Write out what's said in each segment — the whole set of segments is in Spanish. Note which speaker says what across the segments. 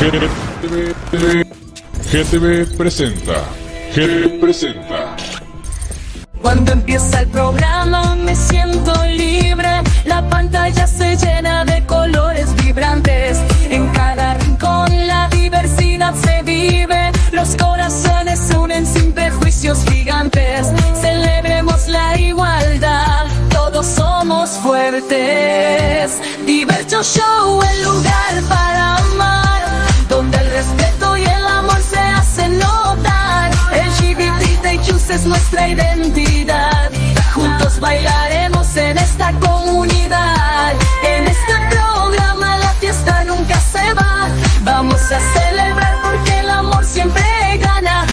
Speaker 1: GTV, GTV presenta. GTV presenta.
Speaker 2: Cuando empieza el programa me siento libre, la pantalla se llena de colores vibrantes, en cada rincón la diversidad se vive, los corazones se unen sin prejuicios gigantes, celebremos la igualdad, todos somos fuertes, Diverso Show, el lugar para amar, donde el respeto y el amor se hacen notar, LGBTQ es nuestra identidad. Juntos bailaremos en esta comunidad. En este programa la fiesta nunca se va. Vamos a celebrar porque el amor siempre gana.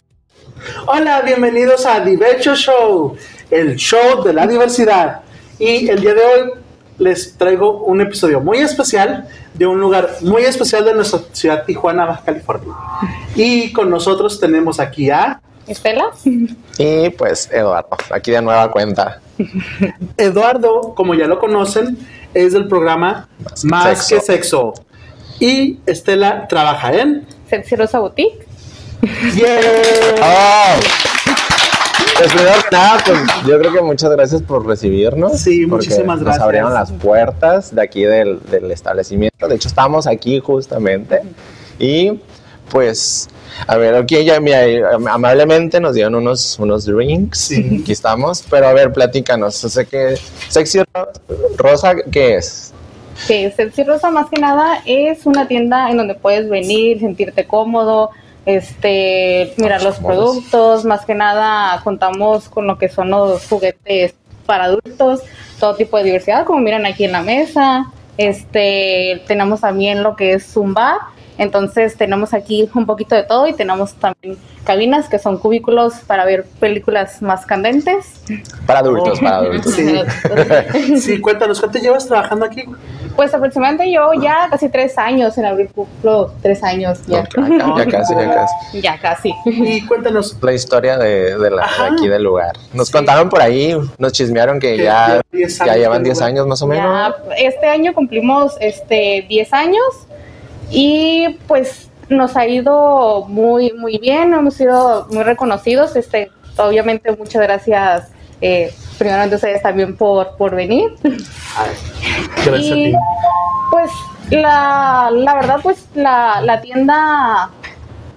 Speaker 3: Hola, bienvenidos a Diverso Show, el show de la diversidad. Y el día de hoy les traigo un episodio muy especial de un lugar muy especial de nuestra ciudad Tijuana, Baja California. Y con nosotros tenemos aquí a
Speaker 4: ¿Estela?
Speaker 5: Y pues Eduardo, aquí de nueva cuenta.
Speaker 3: Eduardo, como ya lo conocen, es del programa Más,
Speaker 5: que Sexo.
Speaker 3: que Sexo. Y Estela trabaja en...
Speaker 4: Cerosa Boutique.
Speaker 3: ¡Yeah!
Speaker 5: ¡Oh! Pues primero que nada, pues yo creo que muchas gracias por recibirnos.
Speaker 3: Sí,
Speaker 5: porque
Speaker 3: muchísimas gracias.
Speaker 5: Nos abrieron las puertas de aquí del, del establecimiento. De hecho, estamos aquí justamente. Y pues, a ver, aquí ya mira, amablemente nos dieron unos, unos drinks.
Speaker 3: Sí.
Speaker 5: Aquí estamos. Pero a ver, platícanos. Sé que Sexy Ro- Rosa, ¿qué es?
Speaker 4: Que Sexy Rosa más que nada es una tienda en donde puedes venir, sentirte cómodo, este, mirar los
Speaker 5: Cómodos.
Speaker 4: productos, más que nada contamos con lo que son los juguetes para adultos, todo tipo de diversidad, como miran aquí en la mesa. Este, tenemos también lo que es Zumba, entonces tenemos aquí un poquito de todo y tenemos también cabinas que son cubículos para ver películas más candentes.
Speaker 5: Para adultos, para adultos.
Speaker 3: Sí. Sí, cuéntanos, ¿cuánto llevas trabajando aquí?
Speaker 4: Pues aproximadamente yo ya casi tres años, en abril cumplo tres años ya.
Speaker 5: No, ya casi, ya casi.
Speaker 4: Ya casi.
Speaker 3: Y cuéntanos,
Speaker 5: la historia de, de la,
Speaker 3: Ajá.
Speaker 5: de aquí del lugar. Nos contaron por ahí, nos chismearon que
Speaker 3: Que
Speaker 5: ya,
Speaker 3: lleva 10
Speaker 5: ya
Speaker 3: años del
Speaker 5: llevan 10
Speaker 3: lugar.
Speaker 5: años más o menos.
Speaker 4: Ya, este año cumplimos este 10 años y pues nos ha ido muy muy bien, hemos sido muy reconocidos, este obviamente muchas gracias eh, primero a ustedes también por por venir.
Speaker 3: Gracias a
Speaker 4: Y,
Speaker 3: ti.
Speaker 4: Pues la, la verdad, pues la, la tienda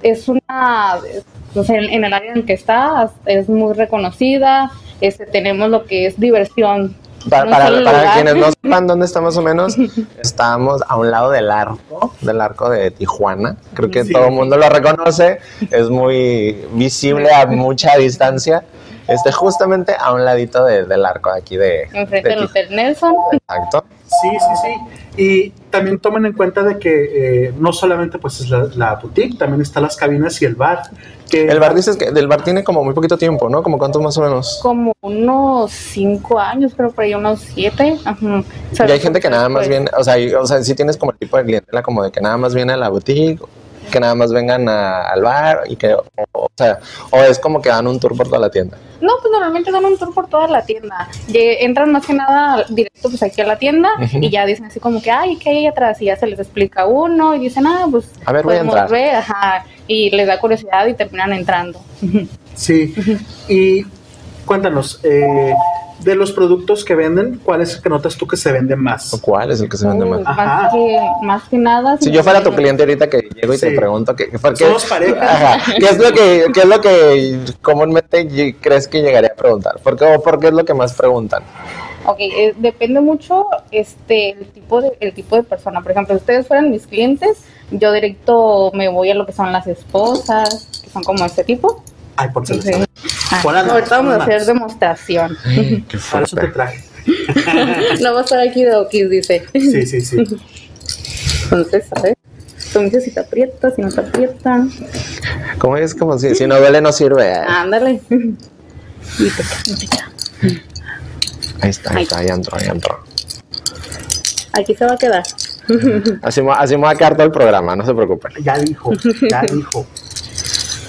Speaker 4: es una, es- no sé, en, en el área en que está, es muy reconocida, este, tenemos lo que es diversión.
Speaker 5: Para,
Speaker 4: en un
Speaker 5: para,
Speaker 4: solo
Speaker 5: para
Speaker 4: lugar.
Speaker 5: quienes no sepan dónde está más o menos, estamos a un lado del arco, del arco de Tijuana. Creo que
Speaker 3: Sí.
Speaker 5: todo el mundo lo reconoce, es muy visible a mucha distancia. Este, justamente a un ladito de- del arco de aquí de,
Speaker 4: Enfrente
Speaker 5: de
Speaker 4: del
Speaker 5: Tijuana.
Speaker 4: Hotel Nelson.
Speaker 5: Exacto.
Speaker 3: Sí, sí, sí. Y también tomen en cuenta de que eh, no solamente pues es la, la boutique, también están las cabinas y el bar. Que
Speaker 5: El bar dices que del bar tiene como muy poquito tiempo, ¿no? Como cuánto más o menos.
Speaker 4: Como unos cinco años, creo por ahí unos siete. Ajá.
Speaker 5: Y hay gente que nada más
Speaker 4: Pues,
Speaker 5: viene, o sea, y- o sea, sí tienes como el tipo de clientela como de que nada más viene a la boutique, que nada más vengan a- al bar y que, o, o sea, o es como que dan un tour por toda la tienda.
Speaker 4: No, pues normalmente dan un tour por toda la tienda. Lle- entran más que nada directo pues aquí a la tienda
Speaker 5: Ujú.
Speaker 4: y ya dicen así como que, ay, ¿qué hay ahí atrás? Y ya se les explica uno y dicen, ah, pues
Speaker 5: A ver, voy a
Speaker 4: podemos
Speaker 5: entrar.
Speaker 4: ver, ajá. Y les da curiosidad y terminan entrando.
Speaker 3: Sí. Y cuéntanos, eh, de los productos que venden, ¿cuál es el que notas tú que se vende más?
Speaker 5: ¿O ¿Cuál es el que se vende
Speaker 4: Uh,
Speaker 5: más?
Speaker 3: Ajá.
Speaker 4: más, que, más que nada.
Speaker 5: Si yo fuera tu cliente ahorita que llego y te
Speaker 3: Sí.
Speaker 5: pregunto que, ¿por qué,
Speaker 3: Somos pareja.
Speaker 5: Ajá, ¿qué es lo que, qué es lo que comúnmente y- crees que llegaría a preguntar? ¿Por qué, o por qué es lo que más preguntan?
Speaker 4: Ok, eh, depende mucho este el tipo de el tipo de persona. Por ejemplo, si ustedes fueran mis clientes, yo directo me voy a lo que son las esposas, que son como este tipo.
Speaker 3: Ay, por
Speaker 4: Sí.
Speaker 3: celestial.
Speaker 4: Ah,
Speaker 3: Fueran-
Speaker 4: ahorita vamos a
Speaker 3: fueran
Speaker 4: hacer
Speaker 3: más.
Speaker 4: demostración.
Speaker 5: Qué
Speaker 3: Para eso te traje.
Speaker 4: No va a estar aquí de Okis, dice.
Speaker 3: Sí, sí, sí.
Speaker 4: Entonces, a ver. Tú me dices si te aprieta, si no te aprieta.
Speaker 5: ¿Cómo es? Como si, si no duele no sirve.
Speaker 4: Ah. Ándale.
Speaker 5: Ahí está, ahí está, ahí entró, ahí entró.
Speaker 4: Aquí se va a quedar.
Speaker 5: Así me, así me va a quedar todo el programa, no se preocupen.
Speaker 3: Ya dijo, ya dijo.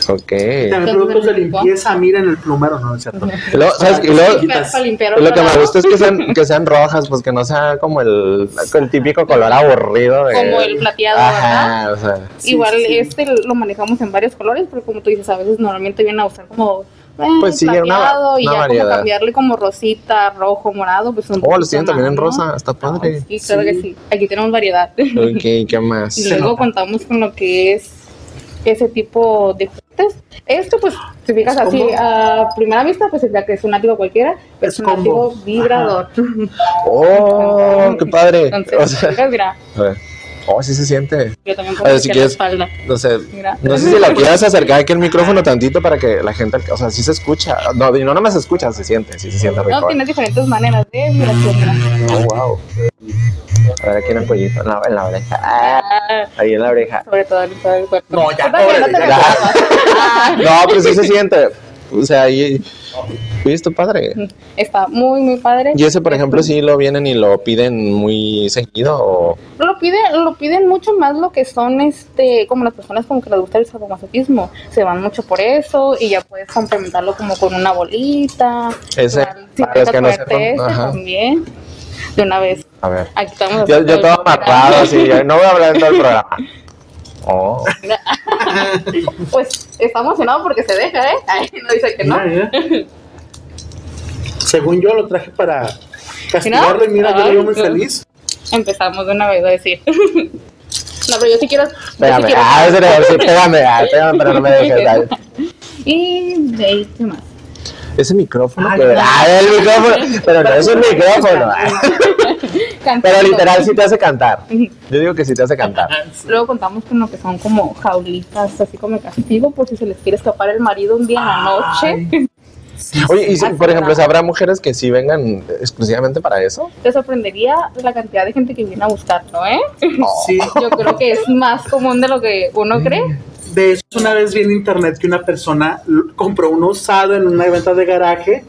Speaker 5: Ok.
Speaker 3: También
Speaker 4: Entonces,
Speaker 3: productos de
Speaker 4: ¿me limpio?
Speaker 3: limpieza, miren el plumero, no, no es cierto.
Speaker 5: Y luego, ¿sabes? Y luego-
Speaker 3: Limpiar,
Speaker 4: Para limpiar
Speaker 5: lo que
Speaker 4: otro
Speaker 5: me
Speaker 4: lado.
Speaker 5: gusta Oh, pues, es que sean, que sean rojas, pues que no sea como el, el típico color aburrido. De,
Speaker 4: Como el plateado,
Speaker 5: Ajá, o sea.
Speaker 3: Sí,
Speaker 4: Igual
Speaker 3: sí, sí.
Speaker 4: este lo manejamos en varios colores, pero como tú dices, a veces normalmente vienen a usar como eh,
Speaker 5: Pues sí, una-
Speaker 4: plateado y
Speaker 5: una
Speaker 4: ya
Speaker 5: variedad.
Speaker 4: como cambiarle como rosita, rojo, morado, pues un
Speaker 5: Oh,
Speaker 4: poquito
Speaker 5: los tienen
Speaker 4: más,
Speaker 5: también en
Speaker 4: ¿no?
Speaker 5: rosa, está padre.
Speaker 4: Sí, claro que sí. Aquí tenemos variedad.
Speaker 5: Ok, ¿qué más?
Speaker 4: Y luego contamos con lo que es ese tipo de juguetes. Esto, pues, si fijas
Speaker 3: Es
Speaker 4: así
Speaker 3: como-
Speaker 4: a primera vista, pues ya que es un látigo cualquiera, pero
Speaker 3: Es
Speaker 4: es un látigo
Speaker 3: combo.
Speaker 4: vibrador.
Speaker 5: Oh, qué padre.
Speaker 4: Entonces,
Speaker 5: O sea,
Speaker 4: fijas, mira,
Speaker 5: a ver. Oh, sí se siente.
Speaker 4: yo también
Speaker 5: A ver,
Speaker 4: como
Speaker 5: si
Speaker 4: que la
Speaker 5: quieres-
Speaker 4: espalda.
Speaker 5: No sé,
Speaker 4: Mira.
Speaker 5: no sé si la quieras acercar aquí el micrófono tantito para que la gente, o sea, sí se escucha. No, y no nomás se escucha, se siente, sí se siente rico.
Speaker 4: No, tienes diferentes maneras de vibración. mira.
Speaker 5: Oh, wow. A ver, aquí en el cuellito, en la, en la oreja. Ah,
Speaker 4: Ah,
Speaker 5: ahí en la oreja.
Speaker 4: sobre todo en todo el cuerpo.
Speaker 3: No, ya,
Speaker 4: Recuerda que
Speaker 3: órale,
Speaker 4: no te
Speaker 3: ya.
Speaker 4: recuerdas. Ah,
Speaker 5: No, pero sí se siente. O sea, ahí. ¿Viste, padre?
Speaker 4: Está muy, muy padre.
Speaker 5: Y ese, por ejemplo, sí lo vienen y lo piden muy seguido o.
Speaker 4: Lo piden, lo piden mucho más lo que son este, como las personas como que les gusta el sadomasoquismo, se van mucho por eso y ya puedes complementarlo como con una bolita.
Speaker 5: Ese,
Speaker 4: Igual, si
Speaker 5: para los
Speaker 4: te
Speaker 5: que no
Speaker 4: acuerdas
Speaker 5: sepan,
Speaker 4: ese
Speaker 5: ajá.
Speaker 4: también, de una vez.
Speaker 5: A ver.
Speaker 4: Aquí estamos
Speaker 5: Yo,
Speaker 4: haciendo
Speaker 5: yo
Speaker 4: el
Speaker 5: todo
Speaker 4: programa.
Speaker 5: amarrado así, yo no voy a hablar en todo el programa. Oh,
Speaker 4: Pues está emocionado porque se deja, ¿eh? Ay, no dice que no.
Speaker 3: Mira, mira. Según yo lo traje para castigarlo y mira, yo lo veo muy
Speaker 4: Ay,
Speaker 3: feliz.
Speaker 4: Empezamos de una vez a decir. No, pero yo sí quiero. yo sí
Speaker 5: espérame,
Speaker 4: quiero-
Speaker 5: ah, es verdad, sí, pégame, ah, pégame, pero no me dejes. ay.
Speaker 4: Y de ahí, ¿qué más?
Speaker 5: Ese micrófono,
Speaker 3: Ay,
Speaker 5: que-
Speaker 3: no.
Speaker 5: ah, el micrófono, pero no es un micrófono. ah. Pero
Speaker 4: Cantando.
Speaker 5: literal sí te hace cantar. Yo digo que sí te hace cantar.
Speaker 4: Luego contamos con lo que son como jaulitas, así como de castigo, por si se les quiere escapar el marido un día en la
Speaker 3: Ay.
Speaker 4: noche.
Speaker 5: Oye, y si, por ejemplo, ¿habrá mujeres que sí vengan exclusivamente para eso?
Speaker 4: Te sorprendería la cantidad de gente que viene a buscarlo, ¿eh?
Speaker 3: Sí.
Speaker 4: Yo creo que es más común de lo que uno cree.
Speaker 3: De hecho, una vez vi en internet que una persona l- compró uno usado en una venta de garaje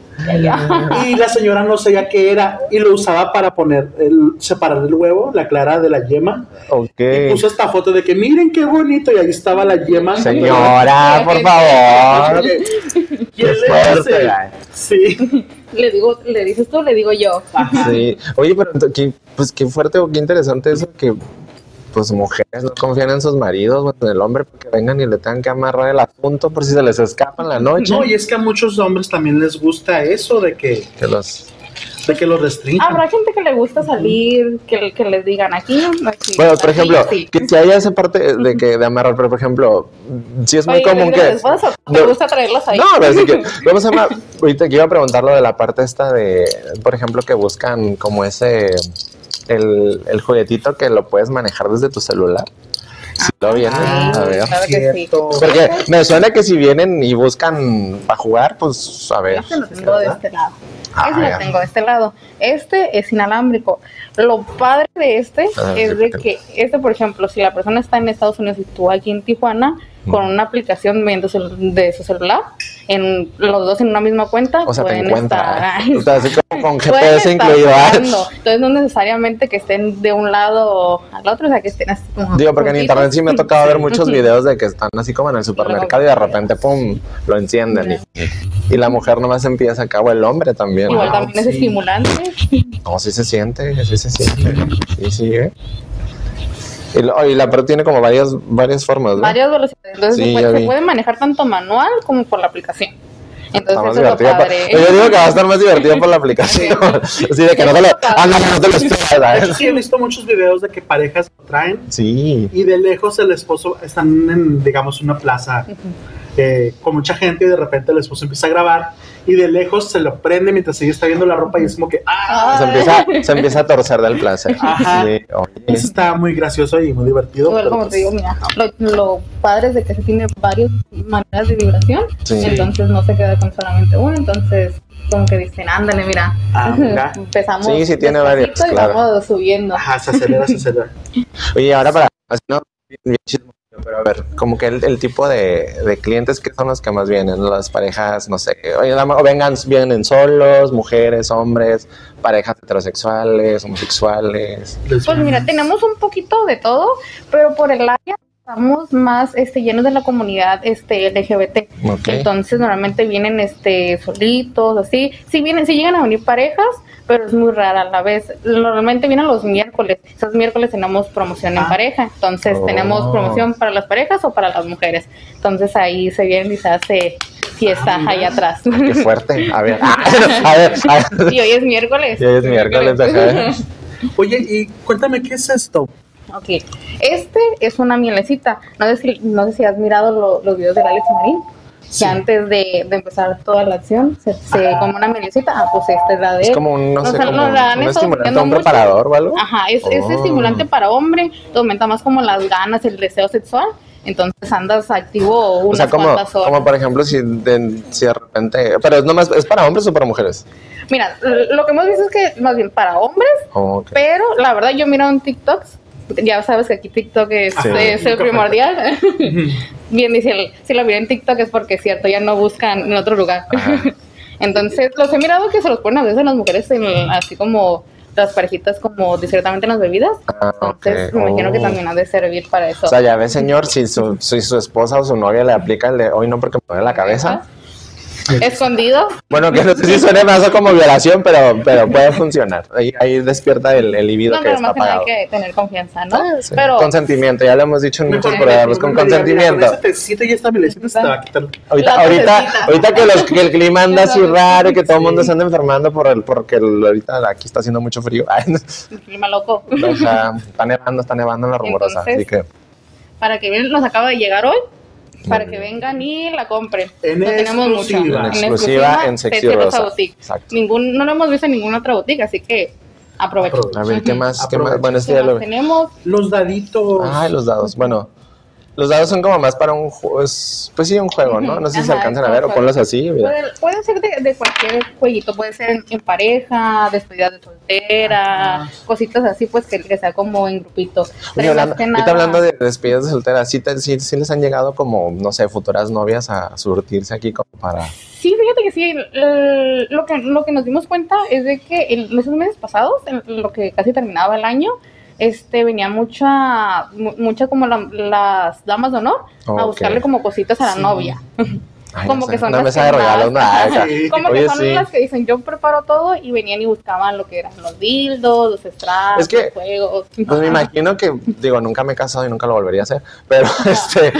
Speaker 3: y la señora no sabía qué era y lo usaba para poner, el, separar el huevo, la clara de la yema. Y
Speaker 5: Ok.
Speaker 3: puso esta foto de que miren qué bonito y ahí estaba la yema.
Speaker 5: Señora, por favor.
Speaker 3: ¿Quién le
Speaker 5: Fuerte,
Speaker 3: hace?
Speaker 5: ay.
Speaker 3: Sí.
Speaker 4: Le digo, le dices tú, le digo yo.
Speaker 5: Sí. Oye, pero ento- qué, pues qué fuerte o qué interesante eso que pues mujeres no confían en sus maridos o en el hombre porque vengan y le tengan que amarrar el asunto por si se les escapa en la noche.
Speaker 3: No, y es que a muchos hombres también les gusta eso de que,
Speaker 5: Que los...
Speaker 3: de que lo restrinjan.
Speaker 4: Habrá gente que le gusta salir, que, que les digan aquí. aquí,
Speaker 5: Bueno, por
Speaker 4: aquí,
Speaker 5: ejemplo,
Speaker 4: sí.
Speaker 5: que si haya esa parte de que de amarrar, pero por ejemplo, sí es muy
Speaker 4: Oye,
Speaker 5: común
Speaker 4: ¿les-
Speaker 5: que
Speaker 4: les gusta- ¿Te
Speaker 5: No.
Speaker 4: gusta traerlos ahí?
Speaker 5: No, pero sí que, ¿cómo se llama? Ahorita que iba a preguntar lo de la parte esta de, por ejemplo, que buscan como ese, el, el juguetito que lo puedes manejar desde tu celular. Si lo vienen,
Speaker 4: Ah,
Speaker 5: a ver.
Speaker 4: claro que sí.
Speaker 3: Cierto.
Speaker 5: Porque me suena que si vienen y buscan para jugar, pues a ver.
Speaker 4: Este lo tengo de este lado.
Speaker 5: Ah,
Speaker 4: Ese
Speaker 5: ya.
Speaker 4: lo tengo de este lado. Este es inalámbrico. Lo padre de este
Speaker 5: Ah, sí,
Speaker 4: es de
Speaker 5: porque-
Speaker 4: que, este, por ejemplo, si la persona está en Estados Unidos y tú aquí en Tijuana, con
Speaker 5: Mm.
Speaker 4: una aplicación mediante cel- de su celular, en los dos en una misma cuenta,
Speaker 5: O sea, te
Speaker 4: pueden
Speaker 5: encuentra.
Speaker 4: estar.
Speaker 5: O sea, así como con
Speaker 4: pueden estar
Speaker 5: GPS incluido. ah.
Speaker 4: jugando. Entonces, no necesariamente que estén de un lado al otro, o sea, que estén así como.
Speaker 5: Digo, porque en
Speaker 4: juntitos.
Speaker 5: internet sí me ha tocado ver muchos videos de que están así como en el supermercado y de repente, pum, lo encienden. Y, y la mujer nomás empieza acá, o el hombre también.
Speaker 4: Igual
Speaker 5: ¿no?
Speaker 4: también
Speaker 3: sí.
Speaker 4: es estimulante.
Speaker 5: No, sí se siente, sí se siente. Sí, sí, ¿eh? Y, lo- y la pero tiene como varias, varias formas, ¿no?
Speaker 4: varias velocidades. Entonces
Speaker 5: Sí,
Speaker 4: se,
Speaker 5: ya
Speaker 4: puede, se
Speaker 5: vi.
Speaker 4: puede manejar tanto manual como por la aplicación.
Speaker 5: Está
Speaker 4: Entonces
Speaker 5: más
Speaker 4: eso es lo
Speaker 5: divertido. pa-
Speaker 4: padre.
Speaker 5: Yo digo que va a estar más divertido por la aplicación. Así de que no te lo... Ah, no, que no te lo esperas,
Speaker 3: De hecho,
Speaker 5: ¿sabes?
Speaker 3: Ah, sí he visto muchos videos de que parejas lo traen
Speaker 5: Sí.
Speaker 3: y de lejos el esposo están en, digamos, una plaza eh, con mucha gente y de repente el esposo empieza a grabar y de lejos se lo prende mientras ella está viendo la ropa y es como que, ¡ah!
Speaker 5: Se empieza, se empieza a torcer del placer.
Speaker 3: Ajá.
Speaker 5: Sí, oye.
Speaker 3: Eso está muy gracioso y muy divertido.
Speaker 4: Igual
Speaker 3: pero
Speaker 4: como
Speaker 3: pues,
Speaker 4: te digo, mira, lo, lo padre es de que se tiene varias maneras de vibración,
Speaker 5: Sí.
Speaker 4: entonces no se queda con solamente una, entonces como que dicen, ándale, mira,
Speaker 3: Ah, mira.
Speaker 4: empezamos
Speaker 5: Sí, sí tiene
Speaker 4: despacito
Speaker 5: varias,
Speaker 4: y
Speaker 5: claro.
Speaker 4: vamos subiendo.
Speaker 3: Ajá, se acelera, se acelera.
Speaker 5: Oye, ahora para... así no, bien- bien chismoso, Pero a ver, como que el, el tipo de, de clientes que son los que más vienen, las parejas, no sé, oye, la- o vengan, vienen solos, mujeres, hombres, parejas heterosexuales, homosexuales.
Speaker 4: Pues mira, tenemos un poquito de todo, pero por el área estamos más este, llenos de la comunidad este, LGBT.
Speaker 5: Ok.
Speaker 4: Entonces normalmente vienen este, solitos, así. Sí, vienen, sí llegan a venir parejas, pero es muy rara a la vez. Normalmente vienen los miércoles. Esos miércoles tenemos promoción en pareja. Entonces
Speaker 5: Ah. Oh.
Speaker 4: tenemos promoción para las parejas o para las mujeres. Entonces ahí se vienen y se hace
Speaker 5: Ah,
Speaker 4: fiesta allá atrás.
Speaker 5: Qué fuerte. A ver, ah, a ver, a ver.
Speaker 4: Y hoy es miércoles.
Speaker 5: Ya es miércoles acá.
Speaker 3: Oye, y cuéntame, ¿qué es esto?
Speaker 4: Ok, este es una mielecita. No sé si, no sé si has mirado lo- los videos de Alex Marín, que antes de, de empezar toda la acción se, se
Speaker 3: Ajá.
Speaker 4: come una mielecita. Ah, pues esta es la de.
Speaker 5: Es
Speaker 4: él.
Speaker 5: como un, no
Speaker 4: Nos
Speaker 5: sé,
Speaker 4: han-
Speaker 5: como
Speaker 4: nos
Speaker 5: un,
Speaker 4: la han estado
Speaker 5: un estimulante,
Speaker 4: metiendo
Speaker 5: un
Speaker 4: mucho.
Speaker 5: preparador o algo.
Speaker 4: Ajá, es, es
Speaker 5: Oh.
Speaker 4: estimulante para hombre, te aumenta más como las ganas, el deseo sexual. Entonces andas activo unas
Speaker 5: O sea, como,
Speaker 4: cuantas horas.
Speaker 5: como por ejemplo, si de, si de repente. Pero es nomás, ¿es para hombres o para mujeres?
Speaker 4: Mira, lo que hemos visto es que más bien para hombres,
Speaker 5: Oh, ok.
Speaker 4: pero la verdad yo miro en TikToks. Ya sabes que aquí TikTok es, eh,
Speaker 5: Sí.
Speaker 4: es el primordial. Bien, dice, el- si lo miré en TikTok es porque es cierto, ya no buscan en otro lugar.
Speaker 5: Ajá.
Speaker 4: Entonces, los he mirado que se los ponen a veces las mujeres en, así como las parejitas como discretamente en las bebidas.
Speaker 5: Ah, ok.
Speaker 4: Entonces, me imagino que
Speaker 5: Oh.
Speaker 4: también ha de servir para eso.
Speaker 5: O sea, ya ve, señor, si su, si su esposa o su novia le aplica el de hoy no porque me duele la cabeza.
Speaker 4: Escondido,
Speaker 5: Bueno, que no sé si suene más como violación, pero, pero puede funcionar. Ahí, ahí despierta el, el libido
Speaker 4: no,
Speaker 5: que
Speaker 4: pero
Speaker 5: está
Speaker 4: más que nada
Speaker 5: apagado. Ah,
Speaker 4: hay que tener confianza, ¿no?
Speaker 5: Sí.
Speaker 4: Pero
Speaker 5: Consentimiento, ya lo hemos dicho en muchos
Speaker 4: Sí.
Speaker 5: programas, con
Speaker 3: Mira, mira,
Speaker 5: consentimiento.
Speaker 3: Con ese tecito y esta mielecita se te va a quitar.
Speaker 5: Ahorita,
Speaker 4: pues, La
Speaker 5: ahorita,
Speaker 4: crucecita.
Speaker 5: ahorita que, los- que el clima anda así
Speaker 4: Claro.
Speaker 5: raro, que todo el mundo se anda enfermando por el, porque el- ahorita aquí está haciendo mucho frío. Ay, no.
Speaker 4: el clima loco.
Speaker 5: O sea, está nevando, está nevando en la rumorosa. Así que,
Speaker 4: Entonces, Para que vean, nos acaba de llegar hoy. Para
Speaker 5: Muy
Speaker 4: que
Speaker 5: bien.
Speaker 4: vengan y la compren.
Speaker 3: En
Speaker 4: no tenemos mucho.
Speaker 3: exclusiva. En
Speaker 5: exclusiva en Sexy
Speaker 4: Sexy
Speaker 5: Rosa.
Speaker 4: Boutique.
Speaker 5: Exacto.
Speaker 4: Ningún, no lo hemos visto en ninguna otra boutique, así que aprovechen.
Speaker 3: Aprovechen.
Speaker 5: a ver, ¿qué más? ¿Qué más?
Speaker 3: Aprovecha.
Speaker 5: Bueno, este
Speaker 4: ¿Qué
Speaker 5: ya
Speaker 4: más
Speaker 5: lo
Speaker 4: tenemos?
Speaker 3: Los daditos.
Speaker 5: Ay, Ah, los dados. Bueno, los dados son como más para un juego. Pues sí, un juego, ¿no? No sé si se
Speaker 4: Ajá,
Speaker 5: alcanzan
Speaker 4: es
Speaker 5: a ver o
Speaker 4: como
Speaker 5: ponlos
Speaker 4: juego.
Speaker 5: así. mira.
Speaker 4: Puede, puede ser de, de cualquier jueguito, puede ser en, en pareja, despedida de soltera, cositas así, pues que, que sea como en grupitos.
Speaker 5: Oye,
Speaker 4: Pero más
Speaker 5: hablando,
Speaker 4: que
Speaker 5: ahorita
Speaker 4: nada-
Speaker 5: hablando de despedidas de solteras, ¿sí, te- sí, sí les han llegado como, no sé, futuras novias a surtirse aquí como para...
Speaker 4: Sí, fíjate que sí, el- el- lo que, lo que nos dimos cuenta es de que en esos meses pasados, en lo que casi terminaba el año, este, venía mucha, mu- mucha como la- las damas de honor
Speaker 5: Ok.
Speaker 4: a buscarle como cositas a la novia.
Speaker 5: Ay,
Speaker 4: Como
Speaker 5: no sé,
Speaker 4: que son
Speaker 5: una
Speaker 4: las
Speaker 5: mesa de
Speaker 4: que más-
Speaker 5: regalos, nada, acá.
Speaker 3: Sí.
Speaker 4: Como
Speaker 5: Oye,
Speaker 4: que son
Speaker 5: sí.
Speaker 4: las que dicen, yo preparo todo y venían y buscaban lo que eran los dildos, los straps,
Speaker 5: Es que-
Speaker 4: los juegos.
Speaker 5: Pues me imagino que, digo, nunca me he casado y nunca lo volvería a hacer, pero este,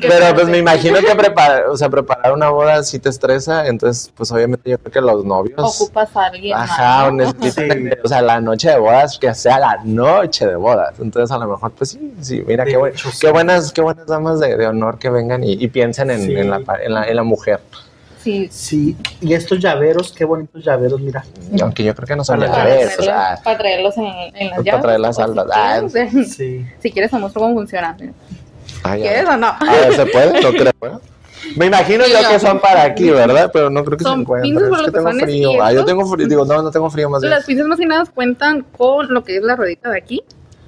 Speaker 5: pero pues me imagino que preparar, o sea, preparar una boda sí te estresa, entonces pues obviamente yo creo que los novios,
Speaker 4: Ocupas a alguien más,
Speaker 5: ajá, o
Speaker 4: ¿no?
Speaker 5: necesitan,
Speaker 3: Sí.
Speaker 5: o sea, la noche de bodas, que sea la noche de bodas, entonces a lo mejor pues sí, sí, mira,
Speaker 3: De
Speaker 5: qué, buen-
Speaker 3: hecho, sí.
Speaker 5: qué buenas, qué buenas damas de, de honor que vengan y, y piensen en,
Speaker 3: Sí.
Speaker 5: en la, pa- en, la, en la mujer,
Speaker 4: Sí,
Speaker 5: Pues,
Speaker 3: Sí, y estos llaveros, qué bonitos llaveros, mira.
Speaker 5: aunque yo creo que no son
Speaker 3: Para
Speaker 4: para,
Speaker 5: llaves, o
Speaker 4: traerlos-
Speaker 5: sea, pues,
Speaker 4: para traerlos en, en las
Speaker 5: Para
Speaker 4: llaves.
Speaker 5: traer las
Speaker 4: o si
Speaker 5: aldas. Ah,
Speaker 4: quieres,
Speaker 3: Sí.
Speaker 4: Si quieres, te muestro cómo funciona.
Speaker 5: ay, a
Speaker 4: ¿Quieres
Speaker 5: ver.
Speaker 4: o no?
Speaker 5: A ver, ¿se puede? No creo. ¿eh? Me imagino yo que son para aquí, ¿verdad? Pero no creo que
Speaker 4: Son
Speaker 5: se encuentren.
Speaker 4: pinzas
Speaker 5: Es
Speaker 4: para
Speaker 5: que
Speaker 4: los
Speaker 5: tengo
Speaker 4: pezones
Speaker 5: frío. Ah, yo
Speaker 4: tiesos.
Speaker 5: tengo frío. Digo, no, no tengo frío más bien.
Speaker 4: Las pinzas más que nada cuentan con lo que es la ruedita de aquí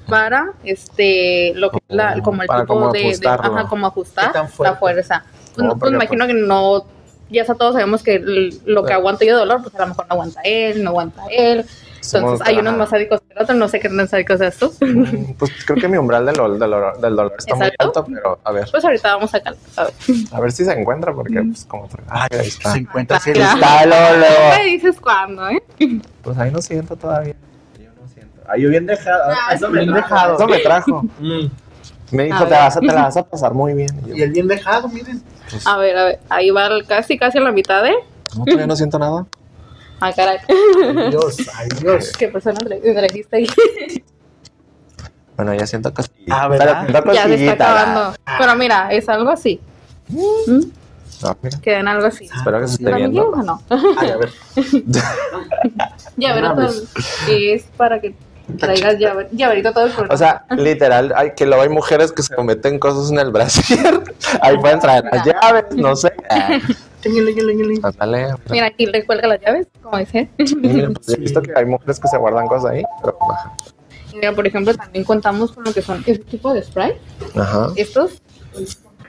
Speaker 4: para este lo que es la,
Speaker 5: Oh,
Speaker 4: como el
Speaker 5: para
Speaker 4: tipo
Speaker 5: como
Speaker 4: de, de-
Speaker 5: ajustarlo.
Speaker 4: ajá, como ajustar
Speaker 3: ¿Qué tan fuerte?
Speaker 4: la fuerza. Pues,
Speaker 5: No,
Speaker 4: pues,
Speaker 5: porque,
Speaker 4: imagino que no ya sa- todos sabemos que el- lo que
Speaker 5: Sí.
Speaker 4: aguanto yo de dolor, pues a lo mejor no aguanta él, no aguanta él. Entonces hay unos
Speaker 5: ajá.
Speaker 4: más sádicos que otros, no sé qué tan sádicos seas tú.
Speaker 5: Mm, Pues creo que mi umbral del, dol- del dolor, del dolor está muy
Speaker 4: Exacto.
Speaker 5: alto, pero a ver,
Speaker 4: Pues ahorita vamos a calcular. a ver.
Speaker 5: a ver si se encuentra, porque
Speaker 4: Mm.
Speaker 5: pues como...
Speaker 6: Ah,
Speaker 5: Ay, ahí está.
Speaker 3: Se encuentra así.
Speaker 4: Mira.
Speaker 5: Está
Speaker 4: No me
Speaker 5: Lolo.
Speaker 4: dices cuándo, ¿eh?
Speaker 5: Pues ahí no siento todavía.
Speaker 6: Ahí yo bien dejado.
Speaker 5: Ah,
Speaker 3: Eso me trajo.
Speaker 5: Eso me trajo.
Speaker 3: Mm,
Speaker 5: Me
Speaker 4: A
Speaker 5: dijo, te,
Speaker 4: ver.
Speaker 5: vas a, te la vas a pasar muy bien. Y yo,
Speaker 3: Y el bien dejado, miren.
Speaker 4: A ver, a ver, ahí va el- casi casi a la mitad de.
Speaker 5: no, todavía no siento nada.
Speaker 4: Ah, caray. pues,
Speaker 3: Ay, Dios, ay Dios.
Speaker 4: ¿Qué persona tra- trajiste ahí?
Speaker 5: Bueno, ya siento cosquillita.
Speaker 3: Ah, ¿verdad?
Speaker 5: Pero siento
Speaker 4: Ya se está
Speaker 5: cosquillita, la-
Speaker 4: acabando. Pero mira, es algo así.
Speaker 5: Ah, mira,
Speaker 4: Queda en algo así.
Speaker 5: Espero que se esté
Speaker 4: ¿También quieres
Speaker 5: viendo.
Speaker 4: o no?
Speaker 3: Ay, a ver.
Speaker 4: Ya
Speaker 3: No
Speaker 4: verás
Speaker 3: mames.
Speaker 4: que es para que traigas llave- llaverito todo el programa.
Speaker 5: O sea, literal, hay, que luego hay mujeres que se cometen cosas en el brasier. Ahí pueden traer las llaves, no sé. Ah,
Speaker 3: Chingale, chingale, chingale.
Speaker 5: Ándale. Mira,
Speaker 4: mira, aquí le cuelga las llaves, como dice.
Speaker 5: mira, pues, he visto que hay mujeres que se guardan cosas ahí. pero, ajá.
Speaker 4: Y mira, por ejemplo, también contamos con lo que son este tipo de spray.
Speaker 5: Ajá.
Speaker 4: Estos,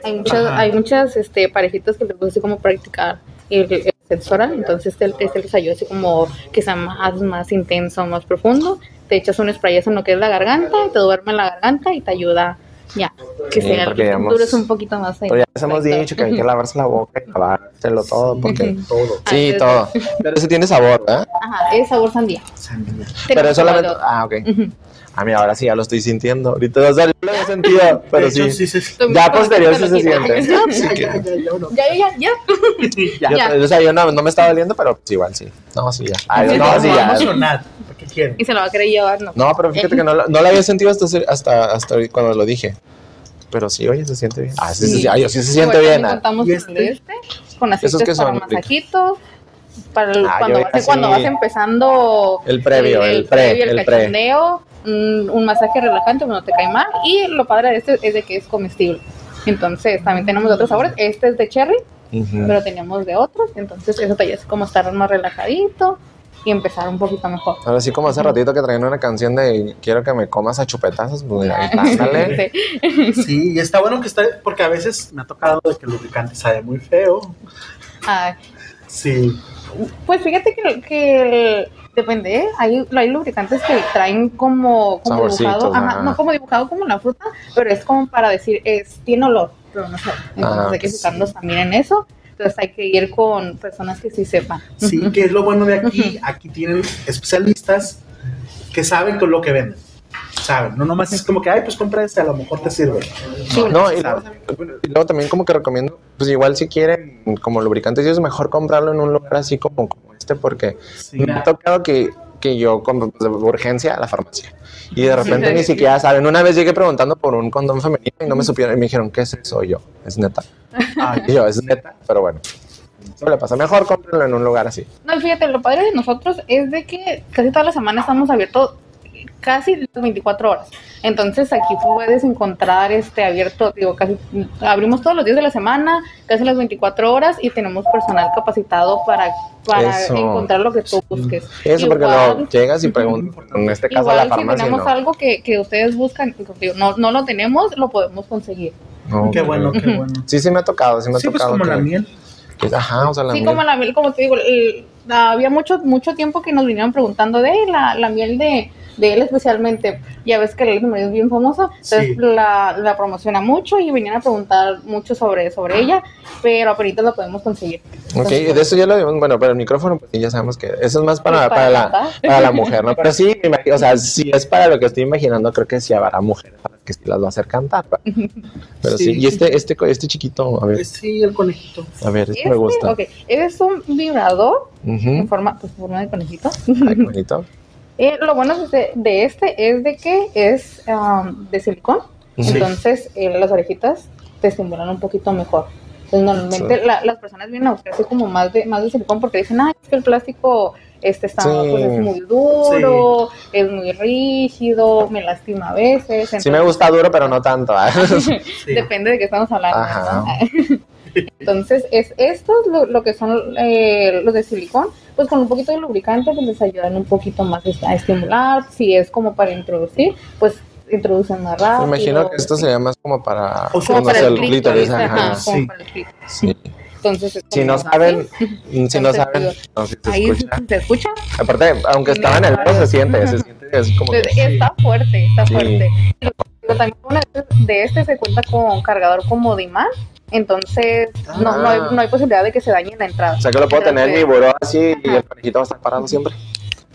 Speaker 4: hay muchas,
Speaker 3: Ajá.
Speaker 4: hay muchas este, parejitas que les gusta así como practicar el, el sexo oral. Entonces, este, este les ayuda así como que sea más, más intenso, más profundo. Te echas un spray en lo que es la garganta, te duerme en la garganta y te ayuda Ya, que
Speaker 5: Sí,
Speaker 4: sea
Speaker 5: porque
Speaker 4: el
Speaker 5: digamos-
Speaker 4: futuro es un poquito más ahí.
Speaker 5: Pero ya les hemos dicho que hay que lavarse la boca y lavárselo todo, porque.
Speaker 6: Todo.
Speaker 5: Sí,
Speaker 4: Antes-
Speaker 5: todo. Pero eso tiene sabor, ¿eh?
Speaker 4: Ajá, es sabor sandía.
Speaker 5: Pero
Speaker 4: Tenemos
Speaker 5: es solamente.
Speaker 4: probado.
Speaker 5: Ah, ok. A mí ahora sí ya lo estoy sintiendo. Ahorita o sea, yo lo había sentido, pero
Speaker 3: De hecho,
Speaker 5: sí.
Speaker 3: sí, sí.
Speaker 5: Ya posterior sí se siente.
Speaker 4: Ya, ya, ya, ya.
Speaker 5: Yo-
Speaker 4: Ya.
Speaker 5: o sea, yo no, no me estaba doliendo, pero pues, igual sí. No, sí, ya. Ay,
Speaker 3: Ay,
Speaker 5: no,
Speaker 3: no,
Speaker 5: sí,
Speaker 3: me va a
Speaker 5: ya.
Speaker 3: emocionar, ¿qué quieren?
Speaker 4: Y se lo va a querer llevar, no.
Speaker 5: No, pero fíjate que no, lo- no lo había sentido hasta, hace- hasta, hasta hoy cuando lo dije. Pero sí, oye, se siente bien. Ah, sí, sí, sí, ay, sí se
Speaker 4: Igual
Speaker 5: siente bien.
Speaker 4: también
Speaker 5: ah.
Speaker 4: Contamos
Speaker 3: ¿Y
Speaker 4: con
Speaker 3: este?
Speaker 4: este, con aceites
Speaker 5: ¿Esos qué
Speaker 4: para
Speaker 5: son, Rick?
Speaker 4: masajitos, para el-
Speaker 5: Ah, yo
Speaker 4: cuando, vas,
Speaker 5: así-
Speaker 4: cuando vas empezando
Speaker 5: El previo, el pre,
Speaker 4: previo, el,
Speaker 5: el pre.
Speaker 4: cachondeo, mm, un, un masaje relajante cuando te cae mal y lo padre de este es de que es comestible. Entonces, también tenemos de otros sabores. Este es de cherry,
Speaker 5: Ujú.
Speaker 4: pero teníamos de otros. Entonces, eso te hace como estar más relajadito y empezar un poquito mejor.
Speaker 5: Ahora sí, como hace ratito que traían una canción de Quiero que me comas a chupetazos, pues mira, ándale.
Speaker 4: Sí.
Speaker 3: Sí, y está bueno que está, porque a veces me ha tocado de que el lubricante sabe muy feo.
Speaker 4: Ay,
Speaker 3: Sí.
Speaker 4: Pues fíjate que, que el- depende, ¿eh? hay, hay lubricantes que traen como, como
Speaker 5: Saborcitos,
Speaker 4: dibujado, ajá,
Speaker 5: ajá.
Speaker 4: no como dibujado como la fruta, pero es como para decir, es, tiene olor, pero no sé. Entonces
Speaker 5: Ah,
Speaker 4: hay que
Speaker 5: pues sí.
Speaker 4: fijarnos también en eso. Entonces hay que ir con personas que sí sepan.
Speaker 3: Sí,
Speaker 4: Ujú.
Speaker 3: que es lo bueno de aquí. Aquí tienen especialistas que saben con lo que venden. Saben, no nomás es como que, ay, pues compra este, a lo mejor te sirve.
Speaker 5: No, y luego, y luego también como que recomiendo, pues igual si quieren como lubricantes, es mejor comprarlo en un lugar así como, como este, porque
Speaker 3: Sí.
Speaker 5: me ha tocado que, que yo compro pues, de urgencia a la farmacia y de repente ni siquiera saben. Una vez llegué preguntando por un condón femenino y no me supieron y me dijeron, ¿qué es eso? Y yo, es neta.
Speaker 3: Ay,
Speaker 5: Y Ah, yo, es neta, pero bueno. Eso le pasa. Mejor cómprenlo en un lugar así.
Speaker 4: No, y fíjate, lo padre de nosotros es de que casi toda la semana estamos abiertos casi las 24 horas. Entonces aquí puedes encontrar este abierto, digo, casi abrimos todos los días de la semana, casi las 24 horas y tenemos personal capacitado para, para
Speaker 5: Eso.
Speaker 4: encontrar lo que tú busques.
Speaker 5: Eso porque
Speaker 4: Igual-
Speaker 5: no llegas y preguntas, en este caso a
Speaker 4: Igual
Speaker 5: la
Speaker 4: si
Speaker 5: farmacia.
Speaker 4: tenemos
Speaker 5: no.
Speaker 4: algo que, que ustedes buscan, digo, no, no lo tenemos, lo podemos conseguir.
Speaker 5: No,
Speaker 3: qué
Speaker 5: pero-
Speaker 3: bueno, qué bueno.
Speaker 5: Sí, sí me ha tocado, sí me ha
Speaker 3: Sí, pues
Speaker 5: tocado.
Speaker 3: como la
Speaker 5: que-
Speaker 3: miel.
Speaker 5: que- Ajá, o sea, la
Speaker 4: sí,
Speaker 5: miel.
Speaker 4: como la miel, como te digo, el- había mucho mucho tiempo que nos vinieron preguntando de la, la miel de, de él especialmente. Ya ves que la miel es bien famosa, entonces
Speaker 3: Sí.
Speaker 4: la, la promociona mucho y venían a preguntar mucho sobre, sobre ella, pero apenas la podemos conseguir.
Speaker 5: Ok,
Speaker 4: Entonces,
Speaker 5: de eso ya lo vimos, bueno, pero el micrófono, pues sí, ya sabemos que eso es más para,
Speaker 4: Sí, para
Speaker 5: para, la,
Speaker 4: tratar.
Speaker 5: para la mujer, ¿no? Pero sí, me imagino, o sea, si es para lo que estoy imaginando, creo que sí habrá mujeres para las que sí las va a hacer cantar. pa. Pero sí,
Speaker 3: Sí.
Speaker 5: y este, este, co- este chiquito, a ver,
Speaker 3: Pues Sí, el conejito.
Speaker 5: a ver, este
Speaker 4: este,
Speaker 5: me gusta. ¿Mm?
Speaker 4: ok, es un vibrador en
Speaker 5: Ujú.
Speaker 4: forma, pues, en forma de conejito.
Speaker 5: Ay, qué bonito.
Speaker 4: Eh, lo bueno de, de este es de que es am, de silicón,
Speaker 5: Sí.
Speaker 4: entonces eh, las orejitas te estimulan un poquito mejor. Entonces, normalmente la- las personas vienen a buscar así como más de, más de silicón porque dicen, ah, es que el plástico este está
Speaker 5: Sí.
Speaker 4: pues, es muy duro, es muy rígido, me lastima a veces.
Speaker 5: Sí me gusta duro, pero no tanto. ¿ah?
Speaker 3: Sí.
Speaker 4: Depende de qué estamos hablando.
Speaker 5: Ajá.
Speaker 4: ¿no? Entonces, es estos lo, lo que son eh, los de silicón, pues con un poquito de lubricante, pues les ayudan un poquito más a estimular. Si es como para introducir, pues introducen más
Speaker 5: Me
Speaker 4: rápido.
Speaker 5: imagino que esto sería más como para
Speaker 3: O sea,
Speaker 4: como
Speaker 5: no
Speaker 4: para
Speaker 5: sé,
Speaker 4: el
Speaker 5: el clítoris.
Speaker 4: clítoris, ajá,
Speaker 5: Ajá.
Speaker 4: como
Speaker 3: sí.
Speaker 4: para el clítoris.
Speaker 5: Sí.
Speaker 4: Entonces, es
Speaker 5: Si
Speaker 4: como
Speaker 5: no
Speaker 4: así.
Speaker 5: saben, si no
Speaker 4: Entonces,
Speaker 5: saben, no, si se
Speaker 4: ahí
Speaker 5: escucha.
Speaker 4: se escucha.
Speaker 5: Aparte, aunque estaba en el se siente, se siente, es como que...
Speaker 4: Entonces, Está fuerte, está
Speaker 5: Sí.
Speaker 4: fuerte. Lo- lo también bueno es- de este se cuenta con cargador como de imán, entonces no, no, hay, no hay posibilidad de que se dañe la entrada.
Speaker 5: Ah.
Speaker 4: pues,
Speaker 5: O sea que lo puedo tener en mi buró así y el conejito va a estar parado siempre.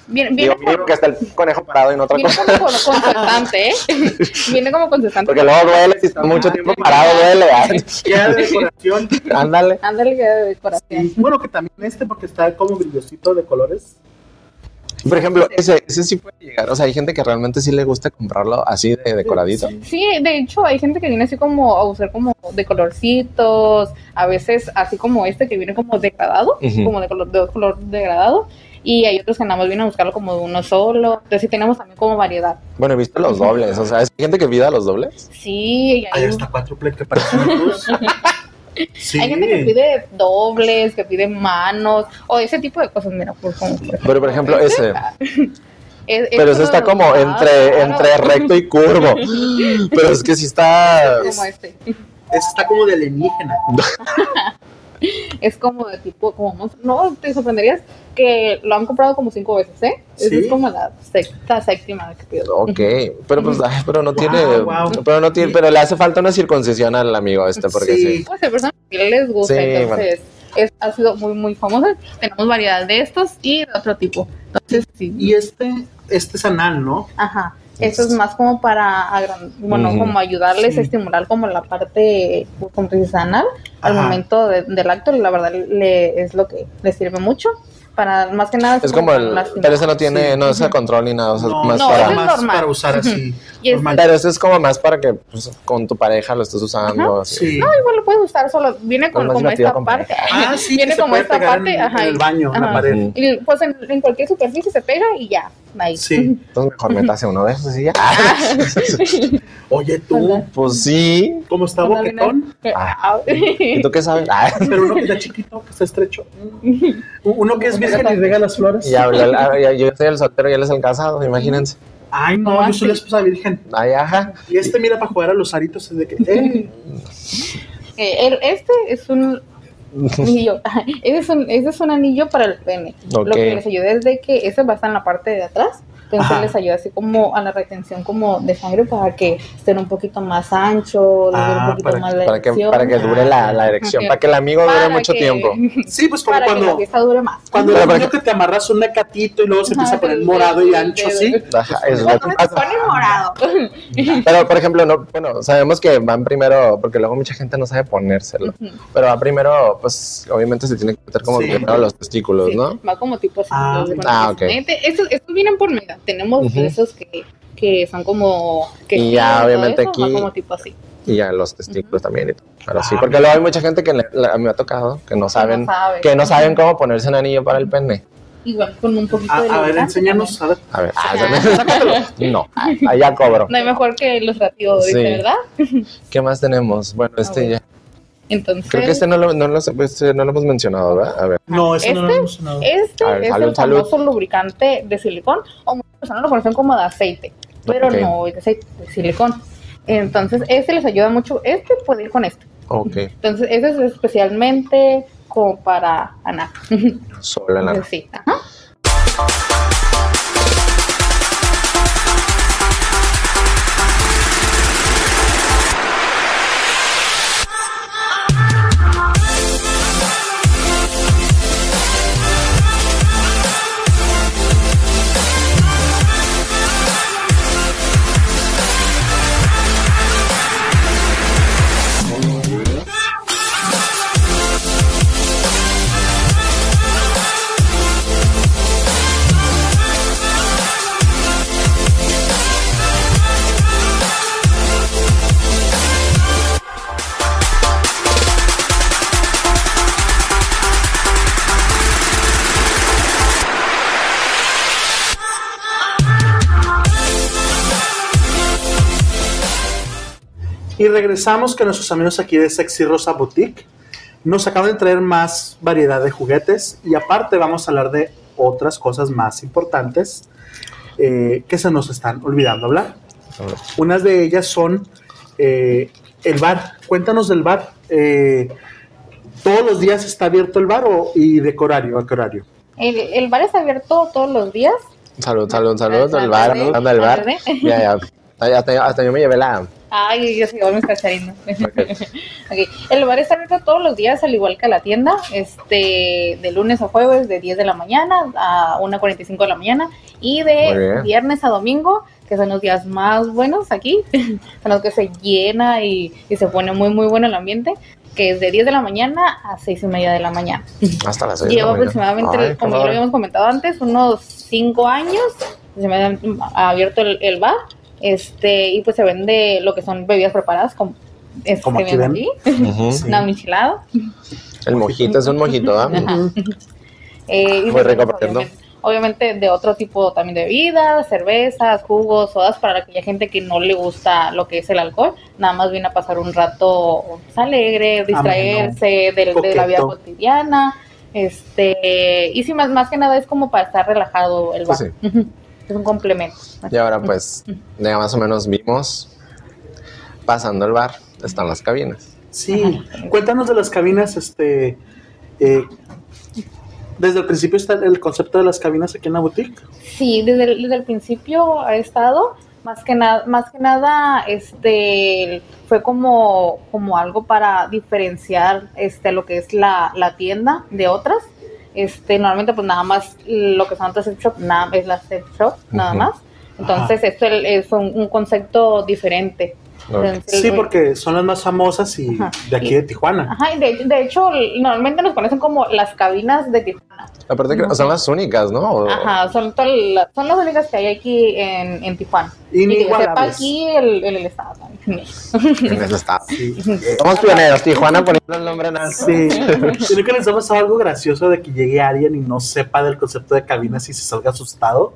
Speaker 4: Viene,
Speaker 5: Digo,
Speaker 4: viene con-
Speaker 5: mínimo que está el conejo parado y no otra
Speaker 4: viene
Speaker 5: cosa.
Speaker 4: como con, constante, ¿eh? viene como constante.
Speaker 5: Porque luego duele, si está mucho tiempo parado, duele. Ay,
Speaker 3: Ya de decoración.
Speaker 5: Ándale.
Speaker 4: Ándale, que de decoración.
Speaker 3: Sí, Bueno, que también este porque está como brillosito de colores.
Speaker 5: Por ejemplo, ese, ese sí puede llegar. O sea, hay gente que realmente sí le gusta comprarlo así de decoradito.
Speaker 4: Sí, de hecho hay gente que viene así como a usar como de colorcitos, a veces así como este que viene como degradado,
Speaker 5: Ujú.
Speaker 4: como de color, de color degradado, y hay otros que nada más vienen a buscarlo como de uno solo, entonces sí tenemos también como variedad.
Speaker 5: Bueno, he visto los dobles. O sea, hay gente que pida los dobles.
Speaker 4: Sí, y
Speaker 3: Hay
Speaker 4: hay,
Speaker 3: hasta cuádruple que parece una cruz. Sí.
Speaker 4: hay gente que pide dobles, que pide manos, o ese tipo de cosas, mira, por como
Speaker 5: Pero por ejemplo, ese.
Speaker 4: es-
Speaker 5: Pero
Speaker 4: es
Speaker 5: ese está como
Speaker 4: redondado,
Speaker 5: entre,
Speaker 4: claro,
Speaker 5: entre recto y curvo. Pero es que sí está.
Speaker 4: como este.
Speaker 3: Este está como de alienígena.
Speaker 4: es como de tipo, como monstruo. No, te sorprenderías que lo han comprado como cinco veces, ¿eh? Esa
Speaker 3: Sí.
Speaker 4: Es como la sexta, séptima vez que pido.
Speaker 5: Ok, pero pues, ay, pero no tiene,
Speaker 3: wow.
Speaker 5: pero no tiene, pero le hace falta una circuncisión al amigo este, porque
Speaker 3: Sí.
Speaker 5: sí.
Speaker 4: Pues hay personas que les gusta,
Speaker 5: Sí,
Speaker 4: entonces es, ha sido muy, muy famosa. Tenemos variedad de estos y de otro tipo. Entonces, sí.
Speaker 3: Y este, este es anal, ¿no?
Speaker 4: Ajá. Eso es más como para agran- bueno,
Speaker 5: Ujú.
Speaker 4: como ayudarles
Speaker 3: Sí.
Speaker 4: a estimular como la parte pues, como tú dices, anal al
Speaker 3: Ajá.
Speaker 4: momento de- del acto, la verdad le, es lo que le sirve mucho para más que nada
Speaker 5: Es como
Speaker 4: para
Speaker 5: el,
Speaker 4: lastimar.
Speaker 5: pero ese no tiene,
Speaker 3: Sí.
Speaker 5: no es a control ni nada, o sea, es
Speaker 3: No,
Speaker 5: más
Speaker 4: no,
Speaker 5: para.
Speaker 4: ese es
Speaker 3: más
Speaker 4: normal.
Speaker 3: para usar así.
Speaker 4: Y este es-
Speaker 3: normal.
Speaker 5: Pero eso es como más para que pues, con tu pareja lo estés usando. así.
Speaker 3: Sí.
Speaker 4: No, igual lo puedes usar solo viene con
Speaker 5: Lo más
Speaker 4: como
Speaker 5: divertido
Speaker 4: esta
Speaker 5: comprar.
Speaker 4: parte.
Speaker 3: Ah, sí,
Speaker 4: viene
Speaker 3: que se
Speaker 4: como
Speaker 3: puede
Speaker 4: esta
Speaker 3: pegar en-
Speaker 4: parte, ajá,
Speaker 3: en el baño, en la
Speaker 4: ajá.
Speaker 3: pared.
Speaker 5: Ujú.
Speaker 4: Y pues en, en cualquier superficie se pega y ya, ahí.
Speaker 3: Sí.
Speaker 5: Entonces mejor métase uno de esos y ya.
Speaker 4: Ah.
Speaker 3: Oye, tú,
Speaker 4: Anda.
Speaker 5: Pues sí.
Speaker 3: ¿cómo está
Speaker 4: Cuando viene-
Speaker 3: boquetón?
Speaker 5: Ah. ¿Y
Speaker 4: Eh,
Speaker 5: tú qué sabes? Ah,
Speaker 3: Pero uno que está chiquito, que está estrecho. Uno que es virgen y rega las flores.
Speaker 5: Y habló el- ah, ya- yo soy el soltero y él es el casado, imagínense.
Speaker 3: Ay, no,
Speaker 4: No,
Speaker 3: yo soy la esposa virgen.
Speaker 5: Ay, ajá.
Speaker 3: Y este mira para jugar a los aritos es de que, eh,
Speaker 4: Eh, el- este es un anillo. Ese es un, ese es un anillo para el pene.
Speaker 5: Ok.
Speaker 4: Lo que les ayuda es de que ese va a estar en la parte de atrás. Entonces
Speaker 3: Ajá.
Speaker 4: les ayuda así como a la retención como de sangre para que estén un poquito más ancho, les dure
Speaker 3: Ah,
Speaker 4: un poquito
Speaker 3: para-
Speaker 4: más la
Speaker 5: Para que,
Speaker 4: erección.
Speaker 5: para que dure la, la erección,
Speaker 4: Ok.
Speaker 5: para que el amigo dure
Speaker 4: Para
Speaker 5: mucho
Speaker 4: que-
Speaker 5: tiempo.
Speaker 3: sí, pues como
Speaker 4: para que la
Speaker 3: cuando
Speaker 4: fiesta dure más.
Speaker 3: cuando
Speaker 5: Pero
Speaker 3: el
Speaker 5: para
Speaker 3: niño
Speaker 5: que-
Speaker 3: que te amarras un acatito y luego se empieza a
Speaker 4: Ajá,
Speaker 3: poner
Speaker 4: el
Speaker 3: morado y
Speaker 4: dedo, el
Speaker 3: ancho
Speaker 4: dedo.
Speaker 3: así.
Speaker 5: Ajá, es lo que
Speaker 4: Cuando se
Speaker 5: pasa.
Speaker 4: pone morado.
Speaker 5: Pero, por ejemplo, no, bueno, sabemos que van primero, porque luego mucha gente no sabe ponérselo. Pero va primero, pues, obviamente se tiene que meter como
Speaker 3: Sí.
Speaker 5: primero los testículos,
Speaker 4: Sí,
Speaker 5: ¿no?
Speaker 4: Va como tipo así.
Speaker 3: Ah,
Speaker 4: entonces, cuando
Speaker 5: ah,
Speaker 4: se
Speaker 5: ok.
Speaker 4: mete- estos, estos vienen por mega. Tenemos
Speaker 5: Ujú.
Speaker 4: esos que, que son como. Que
Speaker 5: Y ya,
Speaker 4: todo
Speaker 5: obviamente,
Speaker 4: eso, va
Speaker 5: aquí-
Speaker 4: como tipo así.
Speaker 5: Y ya los testículos también. Y todo. Pero sí,
Speaker 3: Ah,
Speaker 5: porque luego hay mucha gente que le- la- me ha tocado que no saben,
Speaker 4: saben.
Speaker 5: que no saben cómo ponerse un anillo para el pene.
Speaker 4: Igual con un poquito
Speaker 3: A,
Speaker 4: de.
Speaker 3: Ah, a ver,
Speaker 4: lubricante
Speaker 3: enséñanos. A ver.
Speaker 5: A ver, ah,
Speaker 4: Ah.
Speaker 5: se me- no, allá cobro.
Speaker 4: No hay mejor que ilustrativo, dice,
Speaker 5: Sí.
Speaker 4: ¿verdad?
Speaker 5: ¿Qué más tenemos? Bueno, este ya.
Speaker 4: Entonces,
Speaker 5: Creo que este no lo, no lo- este no lo hemos mencionado, ¿verdad? A ver.
Speaker 3: No, eso no lo
Speaker 4: Este-
Speaker 3: hemos sonado.
Speaker 4: este
Speaker 5: A ver,
Speaker 4: es
Speaker 5: salud,
Speaker 4: el famoso
Speaker 5: salud.
Speaker 4: lubricante de silicón, o muchas personas lo conocen como de aceite, pero
Speaker 5: Ok.
Speaker 4: no es de aceite, es silicón. Entonces, este les ayuda mucho. Este puede ir con este.
Speaker 5: Ok,
Speaker 4: Entonces, este es especialmente como para Ana.
Speaker 5: solo en la
Speaker 4: Entonces, sí, ajá.
Speaker 3: Y regresamos con nuestros amigos aquí de Sexy Rosa Boutique. Nos acaban de traer más variedad de juguetes y aparte vamos a hablar de otras cosas más importantes eh, que se nos están olvidando hablar. Unas de ellas son eh, el bar. Cuéntanos del bar. Eh, ¿Todos los días está abierto el bar o, y de qué horario? ¿A qué horario?
Speaker 4: El, el bar está abierto todos los días.
Speaker 5: Salud, salud, salud,
Speaker 4: Salud,
Speaker 5: al bar,
Speaker 4: salud.
Speaker 5: anda al bar.
Speaker 4: Salud.
Speaker 5: Ya, ya. Ay, Hasta, hasta yo me llevé la.
Speaker 4: Ay, yo soy igual mis cacharinos. Ok, El bar está abierto todos los días, al igual que la tienda, este, de lunes a jueves, de 10 de la mañana a 1.45 de la mañana, y
Speaker 5: Muy
Speaker 4: de
Speaker 5: bien.
Speaker 4: viernes a domingo, que son los días más buenos aquí, son los que se llena y, y se pone muy, muy bueno el ambiente, que es de 10 de la mañana a 6 y media de la mañana.
Speaker 5: Hasta las seis de la
Speaker 4: Llevo
Speaker 5: mañana.
Speaker 4: aproximadamente, como
Speaker 5: Ay, qué
Speaker 4: ya lo
Speaker 5: padre.
Speaker 4: habíamos comentado antes, unos cinco años. Se me ha ha abierto el, el bar. Este, y pues se vende lo que son bebidas preparadas, como este
Speaker 3: Como
Speaker 4: que
Speaker 3: aquí
Speaker 4: ven
Speaker 3: ven.
Speaker 4: aquí,
Speaker 5: Ujú.
Speaker 3: Sí.
Speaker 4: una michelada.
Speaker 5: El mojito es un mojito, ¿ah?
Speaker 4: Eh, y
Speaker 5: Muy
Speaker 4: tenemos,
Speaker 5: rico, por cierto.
Speaker 4: obviamente, obviamente de otro tipo también de bebidas, cervezas, jugos, sodas, para aquella gente que no le gusta lo que es el alcohol, nada más viene a pasar un rato pues, alegre, distraerse del- de, la vida
Speaker 3: coqueto.
Speaker 4: cotidiana, este, y sí, más, más que nada es como para estar relajado el bar.
Speaker 5: Pues
Speaker 4: Ujú. Es un complemento.
Speaker 5: Y ahora, pues, ya más o menos vimos. Pasando el bar, están las cabinas.
Speaker 3: Sí, cuéntanos de las cabinas, este, eh, desde el principio está el concepto de las cabinas aquí en la boutique.
Speaker 4: Sí, desde el, desde el principio ha estado, más que nada, más que nada, este, fue como, como algo para diferenciar, este, lo que es la, la tienda de otras. Este, normalmente, pues nada más lo que son otras sex shop, nada es la sex shop, nada
Speaker 5: Ujú.
Speaker 4: más. Entonces, esto el- es un, un concepto diferente.
Speaker 5: Ok.
Speaker 4: Entonces,
Speaker 3: Sí,
Speaker 4: el-
Speaker 3: porque son las más famosas y
Speaker 4: Ajá.
Speaker 3: de aquí de Tijuana.
Speaker 4: Ajá, y de, de hecho, normalmente nos conocen como las cabinas de Tijuana.
Speaker 5: Aparte que son las únicas, ¿no? O-
Speaker 4: Ajá, son, todas las- son las únicas que hay aquí en, en Tijuana. Y que yo sepa
Speaker 3: Inigualables.
Speaker 4: aquí el, el, el estado también. en México.
Speaker 5: en eso está.
Speaker 3: Sí.
Speaker 5: Somos pioneros, Tijuana poniendo el nombre en alto.
Speaker 3: Sí, sino que les ha pasado algo gracioso de que llegue alguien y no sepa del concepto de cabinas y se salga asustado.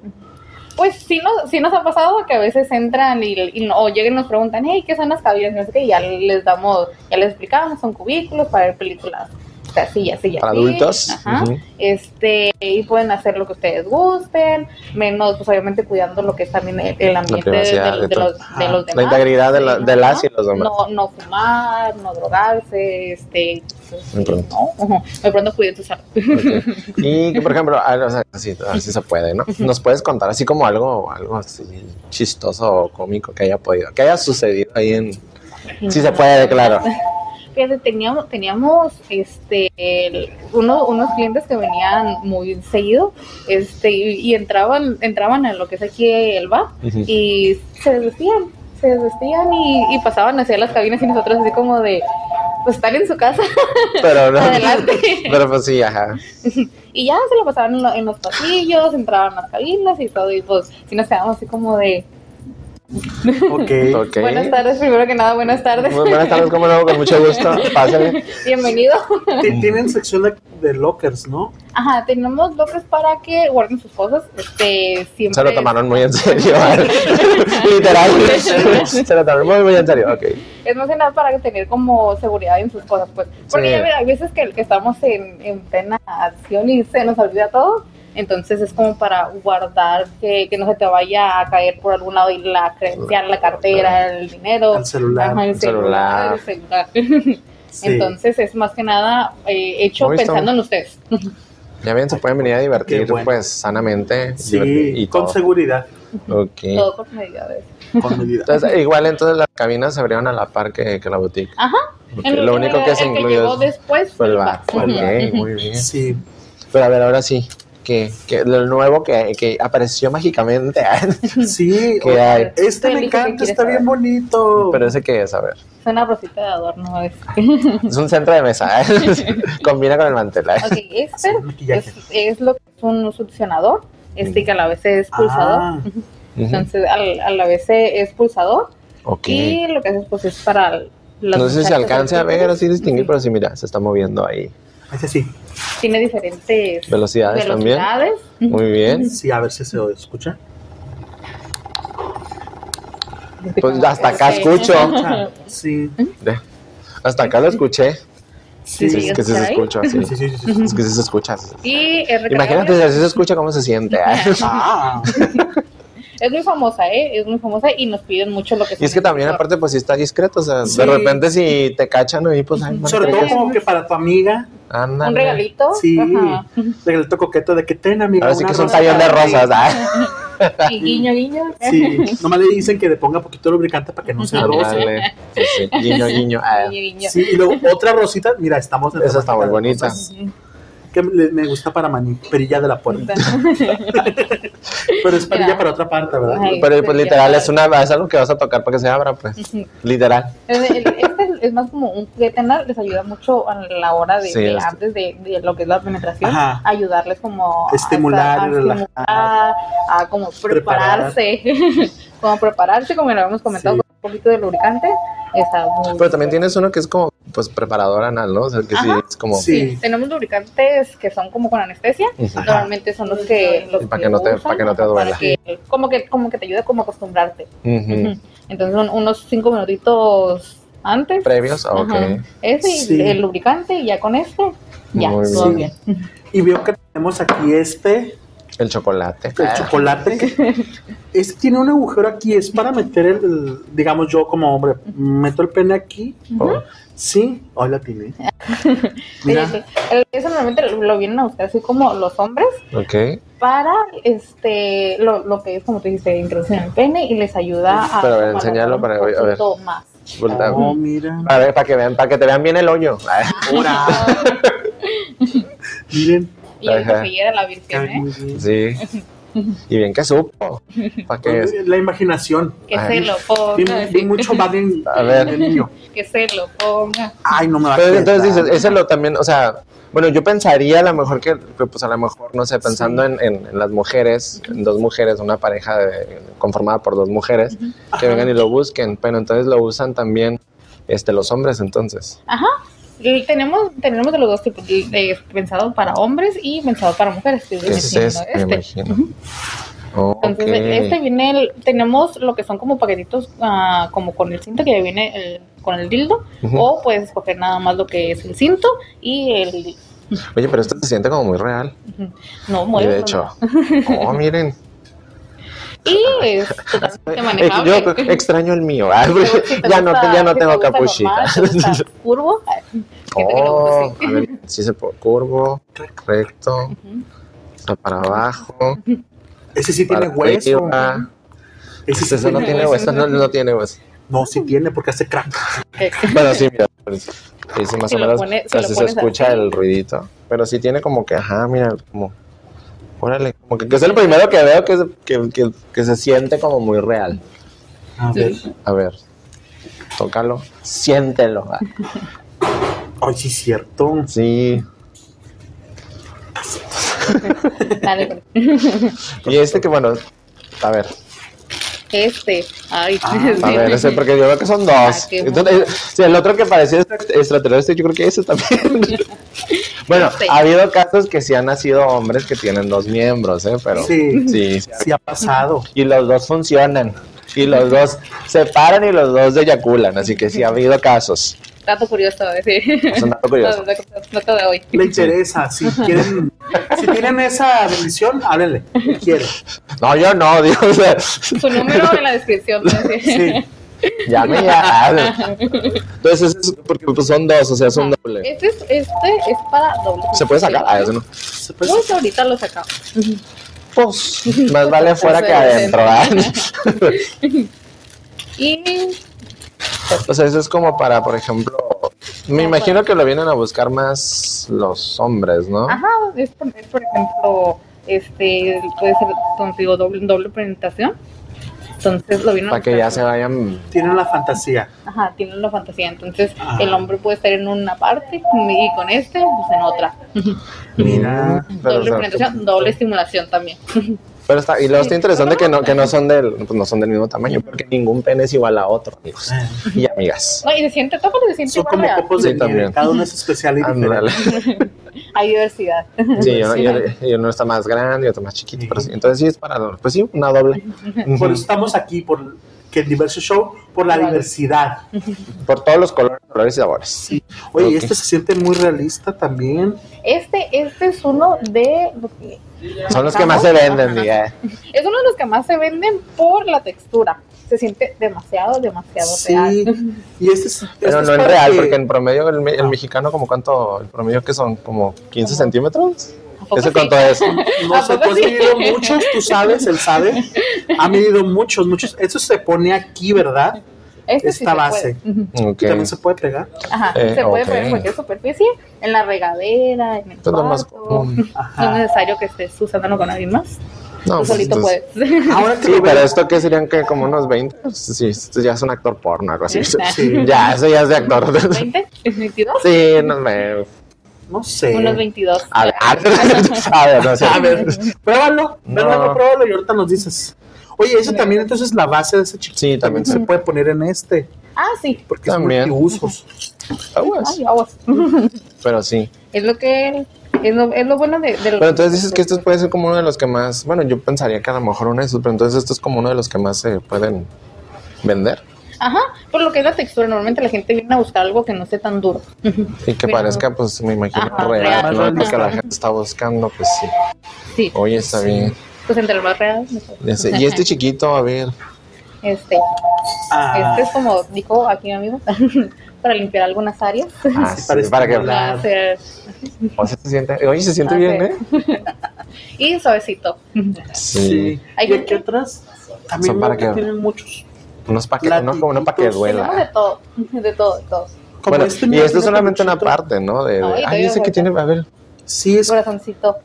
Speaker 4: Pues sí nos, sí nos ha pasado que a veces entran y, y no- o llegan y nos preguntan, hey, ¿qué son las cabinas? Y no sé qué, y ya les damos, ya les explicamos, son cubículos para ver películas. O sea, sí, así, así.
Speaker 5: Para adultos.
Speaker 4: Ajá.
Speaker 5: Ujú.
Speaker 4: este, y pueden hacer lo que ustedes gusten, menos, pues obviamente cuidando lo que es también el, el ambiente de,
Speaker 5: privacidad
Speaker 4: de-
Speaker 5: de
Speaker 4: de
Speaker 5: todo.
Speaker 4: los, de los
Speaker 5: La
Speaker 4: demás.
Speaker 5: integridad de la-
Speaker 4: Sí,
Speaker 5: de
Speaker 4: ajá.
Speaker 5: las y los demás.
Speaker 4: No, no fumar, no drogarse, este. pues,
Speaker 5: Muy pronto.
Speaker 4: ¿no? Ujú. Muy pronto cuiden tu salud.
Speaker 5: Ok. Y que, por ejemplo, a ver, o sea, así- a ver si se puede, ¿no? ¿Nos puedes contar así como algo, algo así chistoso o cómico que haya podido, que haya sucedido ahí en... Si se puede, claro.
Speaker 4: Fíjate, teníamos, teníamos este, el- uno, unos clientes que venían muy seguido este, y, y entraban, entraban en lo que es aquí el bar
Speaker 5: Ujú.
Speaker 4: y se desvestían, se desvestían y, y pasaban hacia las cabinas y nosotros así como de, pues están en su casa,
Speaker 5: Pero no.
Speaker 4: adelante.
Speaker 5: Pero pues sí, ajá.
Speaker 4: Y ya se lo pasaban en, lo- en los pasillos, entraban a las cabinas y todo y pues sí nos quedamos así como de,
Speaker 3: Ok.
Speaker 5: Ok.
Speaker 4: buenas tardes, primero que nada, buenas tardes.
Speaker 5: Muy buenas tardes, ¿cómo no? Con mucho gusto. Pásenle.
Speaker 4: Bienvenido.
Speaker 3: Ti- Tienen sección de, de lockers, ¿no?
Speaker 4: Ajá, tenemos bloques para que guarden sus cosas. Este, siempre.
Speaker 5: Se lo tomaron muy en serio. Literal. Se lo tomaron muy, muy en serio. Ok.
Speaker 4: Es más que nada para tener como seguridad en sus cosas, pues. Porque
Speaker 5: Sí.
Speaker 4: ya mira, hay veces que, que estamos en, en plena acción y se nos olvida todo. Entonces es como para guardar que, que no se te vaya a caer por algún lado y la credencial, la cartera, el dinero.
Speaker 3: El celular.
Speaker 4: Ajá, el
Speaker 5: El
Speaker 4: celular. el celular.
Speaker 3: Sí.
Speaker 4: Entonces es más que nada eh, hecho
Speaker 5: Muy
Speaker 4: pensando
Speaker 5: bien.
Speaker 4: en ustedes.
Speaker 5: Ya bien, se pueden venir a divertir,
Speaker 3: Qué bueno.
Speaker 5: pues, sanamente.
Speaker 3: Sí,
Speaker 5: divertir y
Speaker 3: con
Speaker 5: todo.
Speaker 3: seguridad,
Speaker 5: Ok.
Speaker 4: Todo con medidas.
Speaker 3: con medida.
Speaker 5: Entonces, igual, entonces, las cabinas se abrieron a la par que, que la boutique.
Speaker 4: Ajá.
Speaker 5: Ok,
Speaker 4: En
Speaker 5: Lo único que se
Speaker 4: el
Speaker 5: incluyó
Speaker 4: llegó
Speaker 5: es-
Speaker 4: después
Speaker 5: fue el
Speaker 4: bar.
Speaker 5: bar.
Speaker 4: Ujú.
Speaker 5: Ok, muy bien.
Speaker 3: Sí,
Speaker 5: Pero a ver, ahora sí. Que, que lo nuevo que, que apareció mágicamente.
Speaker 3: sí.
Speaker 5: ¿Qué hay?
Speaker 3: Este me
Speaker 4: Feliz que
Speaker 3: encanta,
Speaker 4: quieres
Speaker 3: está bien
Speaker 4: saber.
Speaker 3: bonito.
Speaker 5: Pero ese qué es, a ver.
Speaker 4: Es una rosita de adorno. Es.
Speaker 5: Es un centro de mesa. ¿eh? Combina con el mantel. ¿eh?
Speaker 4: Ok, este
Speaker 3: Hacer un maquillaje.
Speaker 4: es, es lo que es un succionador, este que a la vez es pulsador.
Speaker 3: Ah,
Speaker 5: Ujú.
Speaker 4: Entonces, al- a la vez es pulsador
Speaker 5: Ok.
Speaker 4: y lo que haces pues es para las
Speaker 5: no sé si se
Speaker 4: muchachas pues,
Speaker 5: alcance a
Speaker 4: adultas.
Speaker 5: ver así distinguir, pero sí, mira, se está moviendo ahí.
Speaker 3: ese sí.
Speaker 4: Tiene diferentes
Speaker 5: Velocidades,
Speaker 4: velocidades.
Speaker 5: también. Muy bien.
Speaker 3: Sí, a ver si se escucha.
Speaker 5: Pues hasta acá
Speaker 4: Ok.
Speaker 5: escucho.
Speaker 3: Ah, sí.
Speaker 5: Ya. Hasta acá lo escuché.
Speaker 4: Sí,
Speaker 5: es que sí se
Speaker 4: ¿está ahí?
Speaker 5: escucha. sí.
Speaker 3: Sí, sí, sí, sí, sí.
Speaker 5: Es que sí se escucha. sí.
Speaker 4: Y es recargable.
Speaker 5: Imagínate si así se escucha cómo se siente. ¿eh?
Speaker 3: Ah,
Speaker 4: Es muy famosa, ¿eh? Es muy famosa y nos piden mucho lo que
Speaker 5: Y es que también aparte pues sí está discreto. O sea,
Speaker 3: Sí.
Speaker 5: de repente si te cachan ahí, pues... ay,
Speaker 3: sobre todo como que para tu amiga,
Speaker 5: ándale.
Speaker 4: Un regalito.
Speaker 3: sí,
Speaker 4: Oh, Ajá.
Speaker 3: regalito coqueto de que ten, amiga.
Speaker 5: Ahora sí
Speaker 3: una
Speaker 5: que es un
Speaker 3: rosa
Speaker 5: tallón de
Speaker 3: para ti.
Speaker 5: rosas. ¿eh?
Speaker 4: Y guiño, guiño.
Speaker 3: Sí, nomás le dicen que le ponga poquito lubricante para que no se roce.
Speaker 5: Ándale. Sí, sí. Guiño, guiño.
Speaker 4: Guiño,
Speaker 5: ¿eh?
Speaker 4: guiño.
Speaker 3: Sí, y luego otra rosita, mira, estamos en
Speaker 5: Esa está muy bonita.
Speaker 3: Cosas Que le- me gusta para mani, perilla de la puerta. Pero es perilla
Speaker 4: Mira.
Speaker 3: para otra parte, ¿verdad?
Speaker 4: Ay.
Speaker 5: Pero pues
Speaker 4: Sí,
Speaker 5: literal
Speaker 4: ya.
Speaker 5: es, una, es algo que vas a tocar para que se abra, pues. Literal.
Speaker 4: El- el- Este es- es más como un juguete, ¿no? les ayuda mucho a la hora de,
Speaker 5: Sí,
Speaker 4: de-
Speaker 5: este.
Speaker 4: antes de, de lo que es la penetración,
Speaker 3: Ajá.
Speaker 4: ayudarles como a
Speaker 3: Estimular,
Speaker 4: estar- a,
Speaker 3: relajar.
Speaker 4: estimular, a como
Speaker 3: Preparar.
Speaker 4: prepararse, como prepararse, como lo habíamos comentado,
Speaker 3: Sí.
Speaker 4: con un poquito de lubricante, está muy
Speaker 5: Pero
Speaker 4: bueno.
Speaker 5: también tienes uno que es como, pues, preparador anal, ¿no? O sea, que sí,
Speaker 4: Ajá.
Speaker 5: es como...
Speaker 3: Sí.
Speaker 4: Sí, tenemos lubricantes que son como con anestesia,
Speaker 5: Ujú.
Speaker 3: Ajá.
Speaker 4: normalmente son los que los
Speaker 5: Y para que no te-
Speaker 4: usan
Speaker 5: para que no te duela. Mm.
Speaker 4: que- como que como que te ayuda como a acostumbrarte.
Speaker 5: Ujú.
Speaker 4: Ujú. Entonces un- unos cinco minutitos antes
Speaker 5: Previos, ok.
Speaker 4: Ajá. Ese y
Speaker 3: Sí.
Speaker 4: el lubricante, y ya con este, ya,
Speaker 5: Muy
Speaker 4: todo
Speaker 3: bien.
Speaker 4: bien.
Speaker 3: Y veo que tenemos aquí este,
Speaker 5: El chocolate.
Speaker 3: el
Speaker 5: Ah,
Speaker 3: chocolate. que- Este tiene un agujero aquí, es para meter el, el- digamos yo como hombre, meto el pene aquí,
Speaker 5: oh.
Speaker 3: sí, hoy la tiene. Mira.
Speaker 4: El- Eso normalmente lo, lo vienen a buscar así como los hombres
Speaker 5: Ok. Pues,
Speaker 4: para este lo, lo que es como tú dijiste introducción al pene y les ayuda a
Speaker 5: Pero a ver,
Speaker 4: tomar
Speaker 5: enséñalo
Speaker 4: un
Speaker 5: para- a ver.
Speaker 4: concepto más.
Speaker 5: Volta-
Speaker 3: Oh, mira.
Speaker 5: A ver, para que vean, para que te vean bien el hoyo.
Speaker 3: Miren.
Speaker 4: Y el
Speaker 5: Ajá.
Speaker 4: que se hiera la virgen,
Speaker 3: Ay,
Speaker 4: ¿eh?
Speaker 3: muy bien.
Speaker 5: Sí. Y bien que supo. Para que
Speaker 3: La imaginación.
Speaker 4: Que
Speaker 5: Ay.
Speaker 4: se lo
Speaker 3: Vi,
Speaker 4: ponga.
Speaker 3: vi
Speaker 4: sí.
Speaker 3: mucho más en
Speaker 5: A ver.
Speaker 3: el niño.
Speaker 4: Que se lo ponga.
Speaker 3: Ay, no me va
Speaker 4: Ah,
Speaker 3: a
Speaker 5: Pero
Speaker 3: quedar.
Speaker 5: entonces dices, eso lo también, o sea, bueno, yo pensaría a lo mejor que, que, pues a lo mejor, no sé, pensando en, en- en las mujeres, en dos mujeres, una pareja de- conformada por dos mujeres, que vengan y lo busquen, pero entonces lo usan también este, los hombres entonces.
Speaker 4: Ajá. Y Tenemos, tenemos de los dos tipos, de- de- pensado para hombres y pensado para mujeres. que
Speaker 5: ¿Qué
Speaker 4: viene
Speaker 5: es
Speaker 4: siendo
Speaker 5: esto? Me
Speaker 4: este.
Speaker 5: imagino.
Speaker 4: Entonces,
Speaker 5: Ok.
Speaker 4: este viene, el- tenemos lo que son como paquetitos, ah, como con el cinto que viene el- con el dildo,
Speaker 5: Ujú.
Speaker 4: o puedes escoger nada más lo que es el cinto y el.
Speaker 5: Oye, pero esto se siente como muy real.
Speaker 4: No,
Speaker 5: Y
Speaker 4: mueve.
Speaker 5: de hecho, oh, miren.
Speaker 4: Y es totalmente
Speaker 5: Eh,
Speaker 4: manejable.
Speaker 5: Yo extraño el mío. Ay,
Speaker 4: Pero si te
Speaker 5: ya, no,
Speaker 4: gusta-
Speaker 5: ya no
Speaker 4: si
Speaker 5: tengo
Speaker 4: te gusta
Speaker 5: capuchita.
Speaker 4: normal, te gusta curvo, ay, que te lo
Speaker 5: Oh,
Speaker 4: gusta así.
Speaker 5: a ver, si se po- curvo, recto, para abajo,
Speaker 3: Ese sí tiene
Speaker 5: para
Speaker 3: hueso.
Speaker 5: arriba. ah, pues
Speaker 3: Ese sí
Speaker 5: Eso no
Speaker 3: tiene
Speaker 5: tiene
Speaker 3: hueso.
Speaker 5: hueso, no, no tiene hueso.
Speaker 3: No, sí tiene porque hace crack.
Speaker 4: Que-
Speaker 5: Bueno, sí, mira, pues, sí, sí, más
Speaker 4: Si
Speaker 5: o
Speaker 4: lo
Speaker 5: menos
Speaker 4: pone- si
Speaker 5: o sea,
Speaker 4: lo
Speaker 5: sí se
Speaker 4: pones
Speaker 5: escucha
Speaker 4: así.
Speaker 5: el ruidito, pero sí tiene como que, ajá, mira, como, órale, como que, que es el primero que veo que, que, que, que se siente como muy real.
Speaker 3: A ver.
Speaker 5: A ver, tócalo, siéntelo. ah,
Speaker 3: Ay, sí, cierto.
Speaker 5: Sí.
Speaker 4: Dale,
Speaker 5: Y este que, bueno, a ver,
Speaker 4: este. Ay,
Speaker 5: Ah, A ver, ese, porque yo creo que son
Speaker 4: Ah,
Speaker 5: dos.
Speaker 4: qué
Speaker 5: Entonces,
Speaker 4: bueno.
Speaker 5: eh, sí, el otro que parecía extra- extraterrestre, yo creo que ese también. bueno,
Speaker 4: Este.
Speaker 5: ha habido casos que sí han nacido hombres que tienen dos miembros, ¿eh? Pero
Speaker 3: Sí.
Speaker 5: sí, sí.
Speaker 3: Sí ha pasado.
Speaker 5: Y los dos funcionan. Y los dos se paran y los dos eyaculan. Así que sí ha habido casos.
Speaker 4: Dato curioso, a ver, sí.
Speaker 5: Es un dato curioso.
Speaker 4: No, no, no, no de hoy.
Speaker 3: Le interesa. Si quieren, si tienen esa bendición, háblenle. ¿Qué quiere?
Speaker 5: No, yo no, digo, o sea,
Speaker 4: Su número en la descripción. ¿no? Sí.
Speaker 3: Sí.
Speaker 5: llame ya. Entonces, ese es porque pues, son dos, o sea, es un doble.
Speaker 4: Este es, este es para doble.
Speaker 5: ¿Se puede sacar? Ah, eso no.
Speaker 3: Se puede-
Speaker 4: Pues ahorita lo sacamos.
Speaker 5: Pues, más vale fuera que adentro, ¿verdad?
Speaker 4: Y
Speaker 5: O sea, eso es como para, por ejemplo, me imagino que lo vienen a buscar más los hombres, ¿no?
Speaker 4: Ajá, es, por es, por ejemplo, este, puede ser, como te digo, doble, doble presentación. Entonces lo vino
Speaker 5: Para que ya se vayan.
Speaker 3: Tienen la fantasía.
Speaker 4: Ajá, tienen la fantasía. Entonces
Speaker 3: Ah.
Speaker 4: el hombre puede estar en una parte y con este, pues en otra.
Speaker 3: Mira.
Speaker 5: Mm, Pero, o
Speaker 4: Doble
Speaker 5: sea,
Speaker 4: presentación, doble estimulación también.
Speaker 5: pero está, y lo está interesante que no, que no son del, pues no son del mismo tamaño, porque ningún pene es igual a otro, amigos y amigas.
Speaker 4: No, y se siente, todo se siente
Speaker 3: Son
Speaker 4: igual.
Speaker 3: como
Speaker 4: ¿verdad?
Speaker 3: copos de
Speaker 5: Sí, también.
Speaker 3: nieve. Cada uno es especial y
Speaker 5: Ándale.
Speaker 3: diferente.
Speaker 4: Hay diversidad.
Speaker 5: Sí, yo, yo, yo no está más grande, otro más chiquito, pero sí. Entonces sí es para, pues sí, una doble.
Speaker 3: Por eso estamos aquí, por que el Diverso Show, por la
Speaker 4: Vale.
Speaker 3: diversidad.
Speaker 5: Por todos los colores, colores y sabores.
Speaker 3: Oye,
Speaker 5: Ok.
Speaker 3: este se siente muy realista también.
Speaker 4: Este, este es uno de
Speaker 5: Son los que más se venden, diga.
Speaker 4: es uno de los que más se venden por la textura. Se siente demasiado, demasiado
Speaker 3: Sí.
Speaker 4: real.
Speaker 3: Y este es. este
Speaker 5: Pero
Speaker 3: es
Speaker 5: no en
Speaker 3: para
Speaker 5: real,
Speaker 3: que- Ah.
Speaker 5: porque en promedio el, me- el mexicano, como cuánto, el promedio que son como 15 centímetros.
Speaker 4: ¿A poco
Speaker 5: ¿Ese
Speaker 4: sí?
Speaker 5: cuánto es?
Speaker 3: No
Speaker 4: ¿A
Speaker 3: sé, tú
Speaker 4: poco
Speaker 3: has
Speaker 4: sí?
Speaker 3: medido muchos, tú sabes, él sabe. Ha medido muchos, muchos. Eso se pone aquí, ¿verdad?
Speaker 4: Este sí
Speaker 3: Esta
Speaker 4: se
Speaker 3: base.
Speaker 4: puede.
Speaker 5: Ok.
Speaker 3: Y también se puede pegar.
Speaker 4: Ajá,
Speaker 5: Eh,
Speaker 4: se puede
Speaker 5: ok.
Speaker 4: poner en cualquier superficie, en la regadera, en el
Speaker 5: Pues nomás
Speaker 4: cuarto.
Speaker 5: con-
Speaker 4: No es
Speaker 3: Ajá.
Speaker 4: necesario que estés usándolo con alguien más. Tú
Speaker 5: No, pues,
Speaker 4: solito
Speaker 5: entonces-
Speaker 4: puedes.
Speaker 3: Ahora que
Speaker 5: Sí,
Speaker 3: lo
Speaker 5: pero
Speaker 3: veo-
Speaker 5: esto que serían que como unos 20. Sí, esto ya es un actor porno, algo así.
Speaker 3: Sí.
Speaker 5: Ya, eso ya es de actor.
Speaker 4: ¿20? ¿22?
Speaker 5: Sí, no me.
Speaker 3: No sé.
Speaker 4: Unos 22.
Speaker 5: A ver, a ver, no sé.
Speaker 3: A ver, pruébalo.
Speaker 5: No.
Speaker 3: Pruébalo, pruébalo y ahorita nos dices. Oye, eso también entonces es la base de ese chiquito.
Speaker 5: Sí, también
Speaker 3: se puede poner en este.
Speaker 4: Ah, sí.
Speaker 3: Porque es
Speaker 5: También.
Speaker 3: multiusos.
Speaker 5: Ah, pues,
Speaker 4: Ay, aguas.
Speaker 5: Pero sí.
Speaker 4: Es lo que es lo, es lo bueno de, de los-
Speaker 5: Pero entonces dices que estos puede ser como uno de los que más. Bueno, yo pensaría que a lo mejor uno de esos, pero entonces esto es como uno de los que más se pueden vender
Speaker 4: Ajá, por lo que es la textura. Normalmente la gente viene a buscar algo que no esté tan duro.
Speaker 5: y que
Speaker 4: Mira,
Speaker 5: parezca, pues me imagino,
Speaker 4: Ajá,
Speaker 5: real,
Speaker 3: real.
Speaker 5: ¿no? Lo que la gente está buscando, pues sí.
Speaker 4: Sí,
Speaker 5: Oh. Oye, está bien.
Speaker 4: pues entre el más real.
Speaker 5: Ya sé. Y este chiquito, a ver.
Speaker 4: Este,
Speaker 3: Ah,
Speaker 4: este es como dijo aquí mi amigo, para limpiar algunas áreas.
Speaker 5: Ah, sí,
Speaker 3: para
Speaker 5: para que,
Speaker 3: estimular.
Speaker 4: Para hacer-
Speaker 5: o sea, se siente, oye, se siente bien, ¿eh?
Speaker 4: y suavecito.
Speaker 3: sí.
Speaker 4: Hay
Speaker 3: ¿Y aquí
Speaker 4: gente-
Speaker 3: atrás? También
Speaker 5: Son para
Speaker 3: veo que
Speaker 5: que-
Speaker 3: tienen muchos.
Speaker 5: Unos pa' que, uno, como uno para que
Speaker 3: Platititos.
Speaker 4: Tenemos de
Speaker 5: duela.
Speaker 4: todo, de todo, de todo.
Speaker 3: Como
Speaker 5: Bueno,
Speaker 3: este
Speaker 5: y
Speaker 3: mira,
Speaker 5: esto es
Speaker 3: tiene
Speaker 5: solamente una
Speaker 3: peluchito.
Speaker 5: parte, ¿no? De,
Speaker 4: Ay,
Speaker 5: de, ay,
Speaker 4: todavía
Speaker 5: ese que
Speaker 4: falta.
Speaker 5: tiene, a ver,
Speaker 3: Sí, es,
Speaker 4: Corazoncito.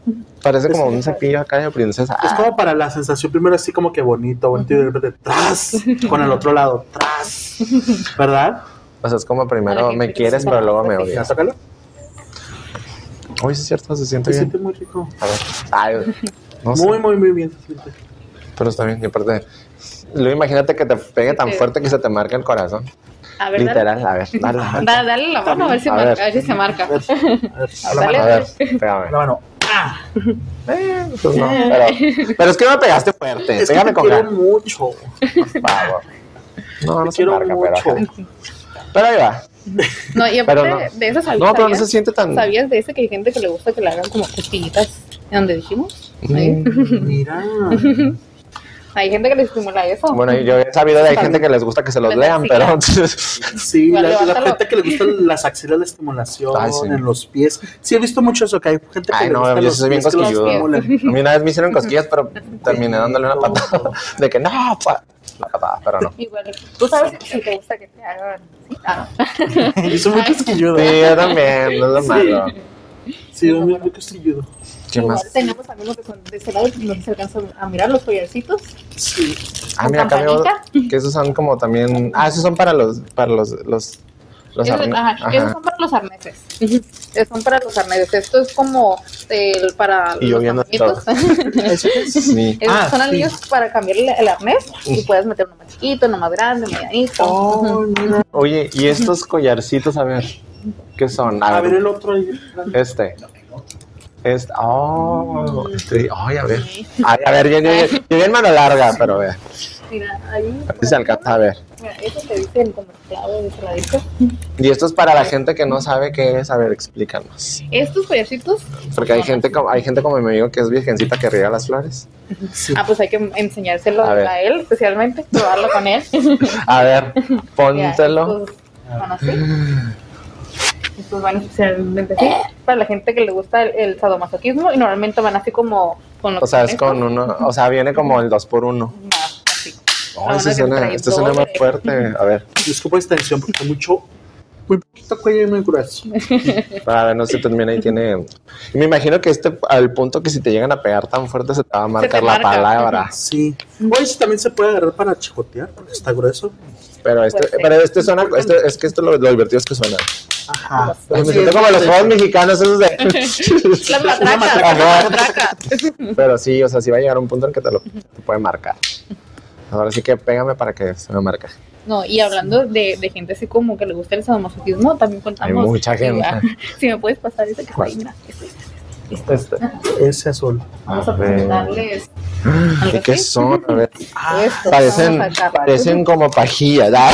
Speaker 5: parece como
Speaker 3: Es-
Speaker 5: un cepillo acá de princesa.
Speaker 3: es
Speaker 5: Ah,
Speaker 3: como para la sensación primero así como que bonito, bonito y de repente tras con el otro lado tras, ¿verdad?
Speaker 5: o sea, es como
Speaker 4: Para
Speaker 5: primero
Speaker 4: que
Speaker 5: me
Speaker 4: te-
Speaker 5: quieres, pero luego me
Speaker 3: Ya,
Speaker 5: odias.
Speaker 3: sácalo.
Speaker 5: Oye, sí es cierto, se siente
Speaker 3: Se
Speaker 5: bien.
Speaker 3: siente muy rico.
Speaker 5: A ver, ay, no sé.
Speaker 3: Muy, muy, muy bien. se siente.
Speaker 5: Pero está bien, y aparte, luego imagínate que te pegue tan
Speaker 4: Sí.
Speaker 5: fuerte que se te marca el corazón.
Speaker 4: A ver, dale,
Speaker 5: Literal, a ver, dale.
Speaker 4: Da- dale, la mano a ver si,
Speaker 5: A
Speaker 4: marca,
Speaker 5: ver.
Speaker 4: a ver si se marca.
Speaker 3: A ver, a ver, a la
Speaker 4: Dale.
Speaker 5: A
Speaker 3: mano.
Speaker 5: ver,
Speaker 3: a
Speaker 5: pégame.
Speaker 3: La mano. ¡Ah!
Speaker 5: Eh, pues no, pero, pero es que me pegaste fuerte.
Speaker 3: Es que
Speaker 5: Pégame
Speaker 3: te
Speaker 5: con
Speaker 3: quiero
Speaker 5: ganas,
Speaker 3: mucho.
Speaker 5: por favor. No, no
Speaker 3: Te
Speaker 5: se
Speaker 3: quiero
Speaker 5: marca,
Speaker 3: mucho.
Speaker 5: pero. Pero ahí va.
Speaker 4: No, y
Speaker 5: Pero
Speaker 4: aparte
Speaker 5: no.
Speaker 4: de eso, ¿sabías?
Speaker 5: No, pero no se
Speaker 4: sabías-
Speaker 5: siente tan.
Speaker 4: ¿Sabías de ese que hay gente que le gusta que le hagan como costillitas en donde dijimos? Ahí.
Speaker 5: Mm.
Speaker 3: Mira.
Speaker 4: Hay gente que le estimula eso.
Speaker 5: Bueno, yo he sabido de hay gente que les gusta que se los
Speaker 4: Pero
Speaker 5: lean,
Speaker 4: sí.
Speaker 5: pero.
Speaker 3: Sí,
Speaker 4: Igual,
Speaker 3: la, la
Speaker 4: levántalo.
Speaker 3: gente que le gustan las axilas, la estimulación
Speaker 5: Ay, sí.
Speaker 3: en los pies. Sí, he visto mucho eso, que hay gente que
Speaker 5: Ay,
Speaker 3: le
Speaker 5: no,
Speaker 3: gusta
Speaker 5: yo
Speaker 3: los
Speaker 5: soy bien
Speaker 3: pies que los
Speaker 5: cosquilludo.
Speaker 3: estimulan.
Speaker 5: A mí una vez me hicieron cosquillas, pero terminé dándole una patada. De que no, pa- la patada, pero no.
Speaker 4: Igual, tú sabes que si te gusta que te hagan. ¿sí? Ah,
Speaker 3: Yo soy muy cosquilludo.
Speaker 5: Sí, yo también, no es lo
Speaker 3: Sí.
Speaker 5: malo.
Speaker 3: Sí, yo soy muy cosquilludo.
Speaker 5: ¿Qué
Speaker 4: igual
Speaker 5: más?
Speaker 4: tenemos también los que son de ese lado que no se alcanzan a mirar los collarcitos.
Speaker 3: Sí.
Speaker 5: Ah,
Speaker 4: ¿Con
Speaker 5: mira, acá veo
Speaker 4: campanita?
Speaker 5: que esos son como también. Ah, esos son para los. Para los. Los. Los
Speaker 4: Esos-
Speaker 5: arne-
Speaker 4: ajá,
Speaker 5: ajá.
Speaker 4: Esos son para los arneses. Esos son para los arneses. Esto es como el, para
Speaker 5: Y yo
Speaker 4: los
Speaker 5: viendo
Speaker 4: amiguitos.
Speaker 5: Sí.
Speaker 4: Esos
Speaker 3: Ah,
Speaker 4: son
Speaker 3: sí.
Speaker 4: anillos para cambiar el, el arnés y puedes meter uno más chiquito, uno más grande, medianito.
Speaker 3: Oh, mira.
Speaker 5: Oye, y estos collarcitos, a ver. ¿Qué son?
Speaker 3: A ver el otro ahí.
Speaker 5: Este. Este. Oh, sí. Ay, a ver. Ay, a ver, yo, yo, yo, yo bien mano larga, pero ve. A
Speaker 4: Mira, ahí.
Speaker 5: ver si se alcanza a ver.
Speaker 4: Mira, eso te dicen como clavo de cerradito.
Speaker 5: Y esto es para la gente que no sabe qué es. A ver, explícanos.
Speaker 4: Estos collarcitos,
Speaker 5: Porque hay gente, como- hay gente como mi amigo que es virgencita que riega las flores.
Speaker 3: Sí.
Speaker 4: ah, pues hay que enseñárselo
Speaker 5: A
Speaker 4: a,
Speaker 5: ver.
Speaker 4: él, especialmente, probarlo con él.
Speaker 5: A ver,
Speaker 4: Mira,
Speaker 5: póntelo.
Speaker 4: estos van así. Estos van especialmente así, para la gente que le gusta el, el sadomasoquismo y normalmente van así como con los
Speaker 5: O sea, es
Speaker 4: conejos,
Speaker 5: con uno. O sea, viene como el 2 por 1
Speaker 4: más así.
Speaker 5: No,
Speaker 4: Ahora
Speaker 5: este
Speaker 4: que
Speaker 5: suena,
Speaker 4: trae
Speaker 5: este suena más
Speaker 4: doble.
Speaker 5: fuerte. A ver,
Speaker 3: Disculpa esta extensión porque está mucho. Muy poquito cuello y muy grueso.
Speaker 5: para ver, Ah, no sé, también ahí tiene. y Me imagino que este, al punto que si te llegan a pegar tan fuerte, se te va a marcar la
Speaker 4: marca.
Speaker 5: palabra.
Speaker 3: Sí. Oye, ese también se puede agarrar para chicotear porque está grueso.
Speaker 5: Pero este,
Speaker 4: Pues sí.
Speaker 5: pero este suena, este, es que esto lo, lo divertido es que suena.
Speaker 3: Ajá.
Speaker 5: Pero
Speaker 3: Sí,
Speaker 5: me siento
Speaker 3: es
Speaker 5: como los
Speaker 3: de-
Speaker 5: juegos mexicanos esos de.
Speaker 4: La matraca,
Speaker 5: Ajá.
Speaker 4: la matraca.
Speaker 5: Pero sí, o sea, sí va a llegar un punto en que te lo te puede marcar. Ahora sí que pégame para que se me marque.
Speaker 4: No, y hablando de, de gente así como que le gusta el sadomasoquismo, también
Speaker 5: Hay
Speaker 4: contamos.
Speaker 5: mucha gente.
Speaker 4: Ah, Si me puedes pasar ese que está ahí,
Speaker 5: ¿Cuál?
Speaker 4: mira, este.
Speaker 5: Este.
Speaker 3: Ese azul.
Speaker 4: Vamos
Speaker 5: A
Speaker 4: a
Speaker 5: ver.
Speaker 4: presentarles
Speaker 5: ¿Y
Speaker 4: algo
Speaker 5: qué
Speaker 4: así. Ah,
Speaker 5: son? A ver, Ah,
Speaker 4: Esto,
Speaker 5: parecen,
Speaker 4: vamos a sacar.
Speaker 5: parecen como pajillas. Ah,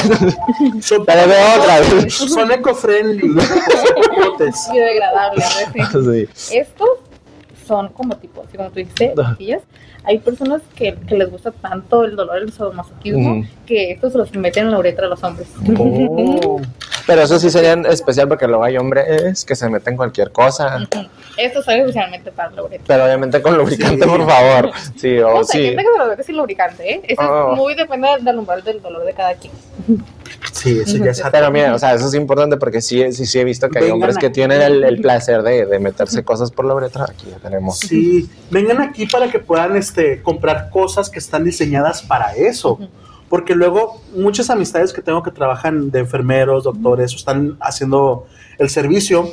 Speaker 3: Son,
Speaker 5: Pero veo otra vez.
Speaker 3: son eco-friendly. Son botes.
Speaker 4: Biodegradable, a ver si-
Speaker 5: Sí.
Speaker 4: Estos son como tipo, así como tú dijiste,
Speaker 5: Ajá.
Speaker 4: costillas. Hay personas que, que les gusta tanto el dolor del sadomasoquismo
Speaker 5: Ujú.
Speaker 4: que estos se los meten en la uretra a los hombres.
Speaker 5: Oh. Pero eso sí serían especial porque luego hay hombres que se meten cualquier cosa.
Speaker 4: Estos son especialmente para la uretra.
Speaker 5: Pero obviamente con lubricante,
Speaker 3: Sí.
Speaker 5: por favor. Sí, o
Speaker 4: O sea, hay
Speaker 5: sí.
Speaker 4: gente que se lo mete sin lubricante, ¿eh? Eso
Speaker 5: Oh.
Speaker 4: es muy depende del umbral del dolor de cada quien.
Speaker 3: Sí, eso ya es
Speaker 5: Pero miren, o sea, eso es importante porque sí, sí, sí he visto que hay
Speaker 3: Vengan
Speaker 5: hombres que
Speaker 3: aquí.
Speaker 5: tienen el, el placer de, de meterse cosas por la uretra. Aquí ya tenemos.
Speaker 3: Sí, vengan aquí para que puedan este, comprar cosas que están diseñadas para eso. Porque luego muchas amistades que tengo que trabajan de enfermeros, doctores, o están haciendo el servicio,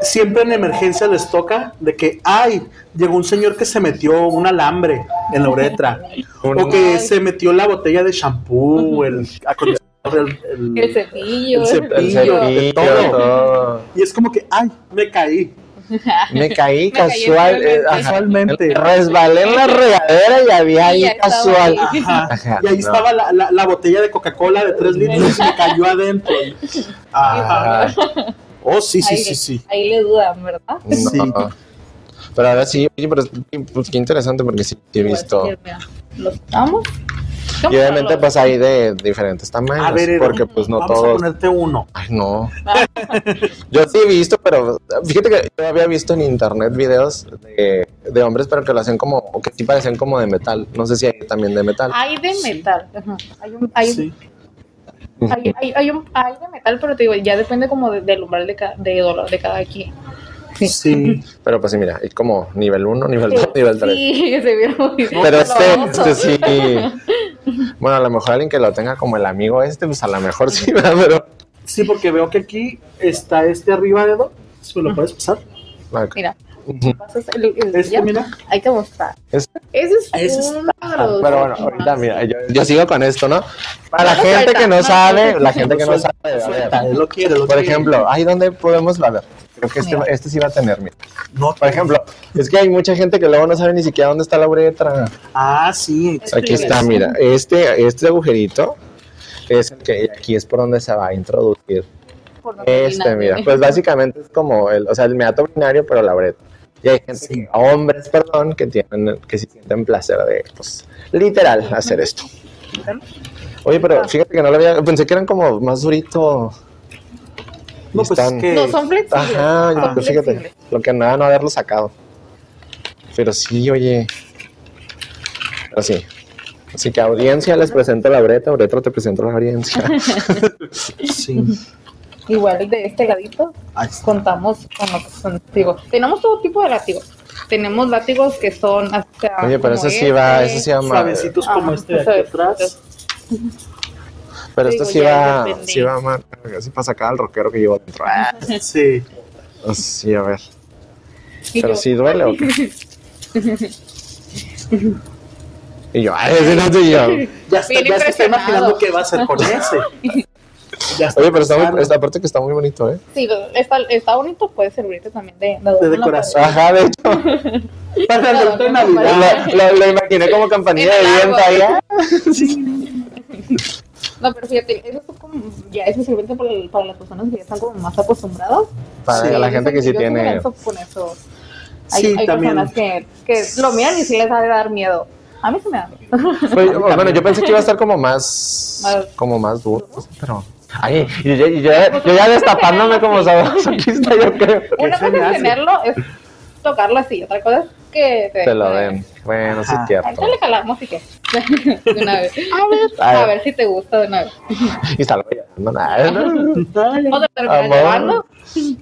Speaker 3: siempre en emergencia les toca de que, ay, llegó un señor que se metió un alambre en la uretra,
Speaker 5: Un-
Speaker 3: o que se metió la botella de shampoo, el acondicionador, el- el-
Speaker 4: El cepillo.
Speaker 3: El cepillo.
Speaker 5: Mm. el cepillo,
Speaker 3: todo.
Speaker 5: todo.
Speaker 3: y es como que, ay, me caí.
Speaker 5: Me caí
Speaker 4: Me caí
Speaker 5: casual, eh, ajá.
Speaker 3: casualmente.
Speaker 5: resbalé en la regadera y había
Speaker 4: Y
Speaker 5: ahí
Speaker 4: ya estaba
Speaker 5: casual.
Speaker 4: ahí.
Speaker 3: Ajá.
Speaker 5: Ajá,
Speaker 3: Y ahí
Speaker 5: no.
Speaker 3: estaba la, la- la botella de Coca-Cola de 3 litros y me cayó adentro. Ajá.
Speaker 5: Ah,
Speaker 3: Oh, sí, sí,
Speaker 4: Ahí
Speaker 3: sí,
Speaker 4: le-
Speaker 3: sí.
Speaker 4: Ahí le dudan, ¿verdad?
Speaker 5: no.
Speaker 3: Sí.
Speaker 5: Pero ahora sí, oye, pero es- pues, qué interesante porque sí, sí he
Speaker 4: Igual,
Speaker 5: visto.
Speaker 4: sí, mira, Los damos. ¿Cómo
Speaker 5: Y obviamente
Speaker 4: no?
Speaker 5: pues hay de diferentes tamaños,
Speaker 3: A ver, Ero,
Speaker 5: porque pues no
Speaker 3: vamos a
Speaker 5: todos...
Speaker 3: ponerte uno.
Speaker 5: Ay, no. Yo sí he visto, pero fíjate que yo había visto en internet videos de, de hombres, pero que lo hacían como, o que sí parecían como de metal. No sé si hay también de metal.
Speaker 4: Hay de metal. ajá. Hay, un, hay,
Speaker 3: Sí.
Speaker 4: hay, hay- hay un- hay de metal, pero te digo, ya depende como de- del umbral de, ca- de dolor de cada quien. Sí.
Speaker 3: Sí.
Speaker 5: Pero pues sí, mira, hay como nivel 1, nivel 2, nivel 3.
Speaker 4: Sí, se vieron muy
Speaker 5: Pero este,
Speaker 4: doloroso.
Speaker 5: este sí. Bueno, a lo mejor alguien que lo tenga como el amigo este, pues a lo mejor sí, ¿verdad? Pero.
Speaker 3: Sí, porque veo que aquí está este arriba de dos. Si me lo puedes pasar.
Speaker 5: ok.
Speaker 4: Mira,
Speaker 5: Ujú.
Speaker 4: pasas el, el
Speaker 3: Este,
Speaker 4: ya,
Speaker 3: mira.
Speaker 4: hay que mostrar.
Speaker 5: Este.
Speaker 4: Ese es
Speaker 3: Ese es-
Speaker 4: uno de
Speaker 5: Ah,
Speaker 4: los
Speaker 5: Pero bueno,
Speaker 4: más-
Speaker 5: ahorita mira, yo, yo sigo con esto, ¿no? Para la
Speaker 4: No lo
Speaker 5: gente
Speaker 4: suelta,
Speaker 5: que no
Speaker 4: no,
Speaker 5: sabe,
Speaker 4: no.
Speaker 5: la gente que no
Speaker 3: Suelta,
Speaker 5: sabe, a ver,
Speaker 3: suelta, él lo quiere, lo
Speaker 5: Por
Speaker 3: quiere.
Speaker 5: ejemplo, ahí donde podemos ver. Creo que este,
Speaker 4: Mira.
Speaker 5: este sí va a tener, mira.
Speaker 3: No,
Speaker 5: Por ejemplo, es que hay mucha gente que luego no sabe ni siquiera dónde está la uretra.
Speaker 3: Ah, sí.
Speaker 5: Aquí está,
Speaker 4: Explícales.
Speaker 5: mira. Este, este agujerito es el que aquí es por donde se va a introducir
Speaker 4: por no
Speaker 5: Este,
Speaker 4: terminar.
Speaker 5: mira, pues básicamente es como el, o sea, el meato urinario, pero la uretra. Y hay gente, que- hombres, perdón, que tienen, que sí sienten placer de, pues, literal, hacer esto. Oye, pero
Speaker 3: Ah.
Speaker 5: fíjate que no lo había, pensé que eran como más durito.
Speaker 3: No, pues
Speaker 5: Están-
Speaker 3: es que.
Speaker 4: No, son flexibles.
Speaker 5: Ajá,
Speaker 4: son
Speaker 5: pero fíjate,
Speaker 4: flexibles.
Speaker 5: lo que nada no haberlo sacado. Pero sí, oye. Pero sí. Así que audiencia, les presento la uretra, uretra te presento la audiencia.
Speaker 3: Sí.
Speaker 4: Igual de este ladito,
Speaker 3: Ahí está.
Speaker 4: contamos con lo que son látigos. Tenemos todo tipo de látigos. Tenemos látigos que son hasta.
Speaker 5: Oye, pero
Speaker 4: Ah, como
Speaker 5: ese sí va,
Speaker 4: este.
Speaker 5: ese sí va más-
Speaker 3: Suavecitos como
Speaker 4: Ajá,
Speaker 3: este de aquí
Speaker 4: suavecitos.
Speaker 3: atrás.
Speaker 5: Pero
Speaker 4: Digo,
Speaker 5: esto sí
Speaker 4: ya
Speaker 5: va,
Speaker 4: depende.
Speaker 5: sí va más, sí para sacar al rockero que llevo dentro. Ah,
Speaker 3: Sí.
Speaker 5: sí, a ver.
Speaker 4: este, Y
Speaker 5: Pero
Speaker 4: yo,
Speaker 5: sí duele o qué? Y yo, ay, ese no soy yo.
Speaker 3: Ya, está,
Speaker 4: Bien
Speaker 3: ya se está
Speaker 4: impresionado.
Speaker 3: imaginando qué va a hacer con ese. Ya está
Speaker 5: Oye, pero está
Speaker 3: pensando.
Speaker 5: muy, esta parte que está muy bonito, ¿eh?
Speaker 4: Sí, está, está bonito, puede servirte también
Speaker 3: De
Speaker 4: de, de, adorno en la
Speaker 3: decoración.
Speaker 5: Ajá, de hecho,
Speaker 3: Para el adulto de Navidad.
Speaker 5: lo, lo- lo imaginé como campanilla de
Speaker 4: En el
Speaker 5: viento ¿eh?
Speaker 4: árbol.
Speaker 5: allá.
Speaker 4: pared. No, pero fíjate, eso es como, ya es sirve para, para las personas que ya están como más acostumbradas.
Speaker 5: Para
Speaker 3: Sí,
Speaker 5: la
Speaker 4: Yo
Speaker 5: gente que
Speaker 4: siento-
Speaker 5: sí
Speaker 4: yo
Speaker 5: tiene.
Speaker 4: siento que eso- con eso- Hay,
Speaker 3: Sí,
Speaker 4: hay
Speaker 3: también.
Speaker 4: personas que, que lo miran y sí les ha de dar miedo. A mí se me da miedo.
Speaker 5: Pues, bueno, yo pensé que iba a estar como más,
Speaker 4: Más-
Speaker 5: como más duro, no sé, pero. Ay, y yo, y yo, yo ya destapándome como sadomasoquista, yo creo.
Speaker 4: Una
Speaker 3: se me
Speaker 4: cosa es
Speaker 3: hace?
Speaker 4: tenerlo, es tocarlo así. Otra cosa es que te,
Speaker 5: Te lo den. Bueno, sí
Speaker 3: Ajá.
Speaker 5: es cierto.
Speaker 4: Ahorita le calamos y qué. De una vez. A ver.
Speaker 5: A
Speaker 4: A
Speaker 5: ver.
Speaker 4: ver si te gusta de una vez.
Speaker 5: Y salgo llorando, nada, ¿no?
Speaker 4: No te terminas
Speaker 5: Amor.
Speaker 4: llevando.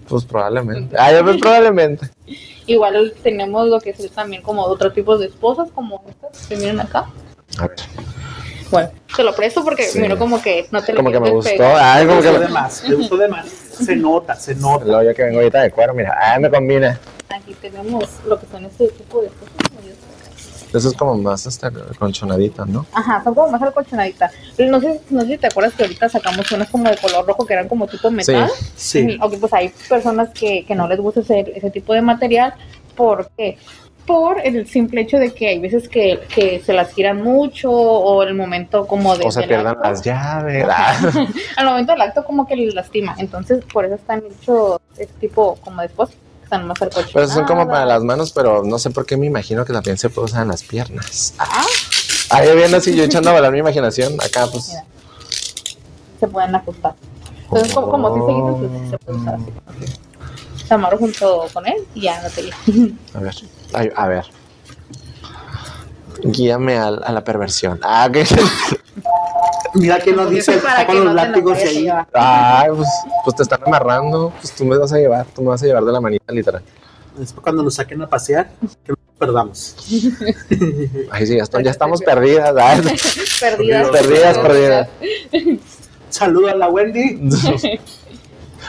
Speaker 5: Pues probablemente. Ah, yo pues probablemente.
Speaker 4: Igual tenemos lo que es también como otro tipo de esposas, como estas que miren acá.
Speaker 5: A ver.
Speaker 4: Bueno, te lo presto porque
Speaker 5: Sí.
Speaker 4: miro como que no te lo
Speaker 5: Como que me
Speaker 4: quieres
Speaker 5: gustó.
Speaker 4: pegar.
Speaker 5: Ay, como que
Speaker 3: Uso
Speaker 5: me...
Speaker 3: de más, le uso de más. Se nota, se nota.
Speaker 5: Luego yo que vengo ahorita de cuero, mira. Ah, me combina.
Speaker 4: Aquí tenemos lo que son este tipo de esposas. como yo.
Speaker 5: Eso es como más hasta conchonadita, ¿no?
Speaker 4: Ajá, son como más alcochonaditas. No sé, no sé si te acuerdas que ahorita sacamos unas como de color rojo que eran como tipo metal.
Speaker 3: Sí.
Speaker 4: Ok, pues hay personas que, que no les gusta ese, ese tipo de material. ¿Por qué? Por el simple hecho de que hay veces que, que se las tiran mucho o el momento como de...
Speaker 5: O se
Speaker 4: del
Speaker 5: pierdan
Speaker 4: acto,
Speaker 5: las llaves. Ah,
Speaker 4: Al momento del acto como que les lastima. Entonces, por eso están hechos este tipo como después. Están más alcohol.
Speaker 5: Pero son como para las manos, pero no sé por qué me imagino que también se puede usar en las piernas. Ah, Ah, yo viendo así, yo echando a volar mi imaginación. Acá, pues.
Speaker 4: Mira. Se pueden ajustar. Entonces, como, como si seguimos, pues, se puede usar así. Se amarro junto con él y ya no te llega.
Speaker 5: A ver. Ay, a ver. Guíame al- a, la perversión. Ah, que.
Speaker 3: Mira que nos dice
Speaker 4: Para que
Speaker 3: con los
Speaker 4: no te
Speaker 3: látigos
Speaker 4: nos vayas a
Speaker 3: y ahí.
Speaker 4: llevar.
Speaker 5: Ay, pues, pues te están amarrando. Pues tú me vas a llevar. Tú me vas a llevar de la manita, literal.
Speaker 3: Es cuando nos saquen a pasear, que nos perdamos.
Speaker 5: Ay, sí, ya, estoy- ya estamos perdidas. ah.
Speaker 4: Perdidas.
Speaker 5: Perdidas, perdidas.
Speaker 3: Saludo a la Wendy.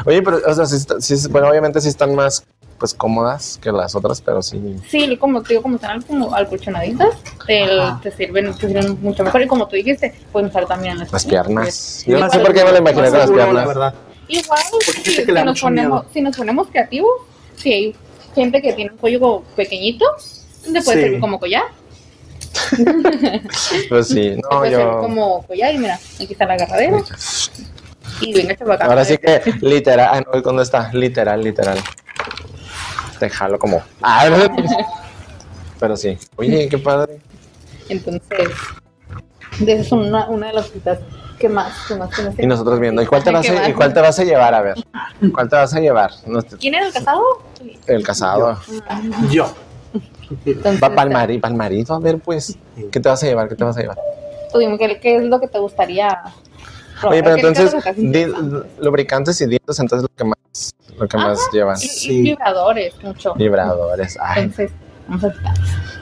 Speaker 5: Oye, pero, o sea, sí, está- sí es- bueno, obviamente sí están más, pues, cómodas que las otras, pero sí.
Speaker 4: Sí, como te digo, como están al- como alcolchonaditas, te,
Speaker 3: Ajá.
Speaker 4: te sirven, te sirven mucho mejor. Y como tú dijiste, pueden usar también las,
Speaker 5: Las piernas.
Speaker 4: Yo
Speaker 5: Yo no
Speaker 4: igual-
Speaker 5: sé por qué me lo imaginé
Speaker 3: Más
Speaker 5: con las
Speaker 3: seguro, la
Speaker 5: piernas.
Speaker 3: verdad.
Speaker 4: Igual,
Speaker 3: Porque
Speaker 4: si,
Speaker 3: dice que le da
Speaker 4: si nos
Speaker 3: mucho
Speaker 4: ponemos,
Speaker 3: miedo.
Speaker 4: si nos ponemos creativos, si hay gente que tiene un cuello como pequeñito, le puede
Speaker 3: Sí.
Speaker 4: servir como collar.
Speaker 5: Pues sí,
Speaker 4: le
Speaker 5: no,
Speaker 4: puede servir
Speaker 5: yo.
Speaker 4: como collar y mira, aquí está la agarradera. Y venga, chavacá.
Speaker 5: Ahora sí que, literal. Ah, no, ¿dónde está? Literal, literal. Te jalo como. Ah, Pero sí. Oye, qué padre.
Speaker 4: Entonces, Esa es una, una de las citas que más, que más conocí.
Speaker 5: Y nosotros viendo, ¿y cuál te
Speaker 4: Ay,
Speaker 5: vas
Speaker 4: qué
Speaker 5: a, y
Speaker 4: mal.
Speaker 5: cuál te vas a llevar? A ver, ¿cuál te vas a llevar? No, este,
Speaker 4: ¿Quién era el casado?
Speaker 5: El casado.
Speaker 3: Yo.
Speaker 4: Entonces,
Speaker 5: Va para el marido, a ver, pues, ¿qué te vas a llevar? ¿Qué te vas a llevar?
Speaker 4: tú dime, ¿qué, qué es lo que te gustaría?
Speaker 5: Oye, pero
Speaker 4: ¿Qué- qué es
Speaker 5: entonces,
Speaker 4: lo que te-
Speaker 5: di- lubricantes y dientes, entonces lo que más, lo
Speaker 4: Ah,
Speaker 5: que más llevan.
Speaker 4: Y-
Speaker 3: sí.
Speaker 4: Y vibradores, mucho.
Speaker 5: Vibradores, ay,
Speaker 4: Entonces, vamos a quitar.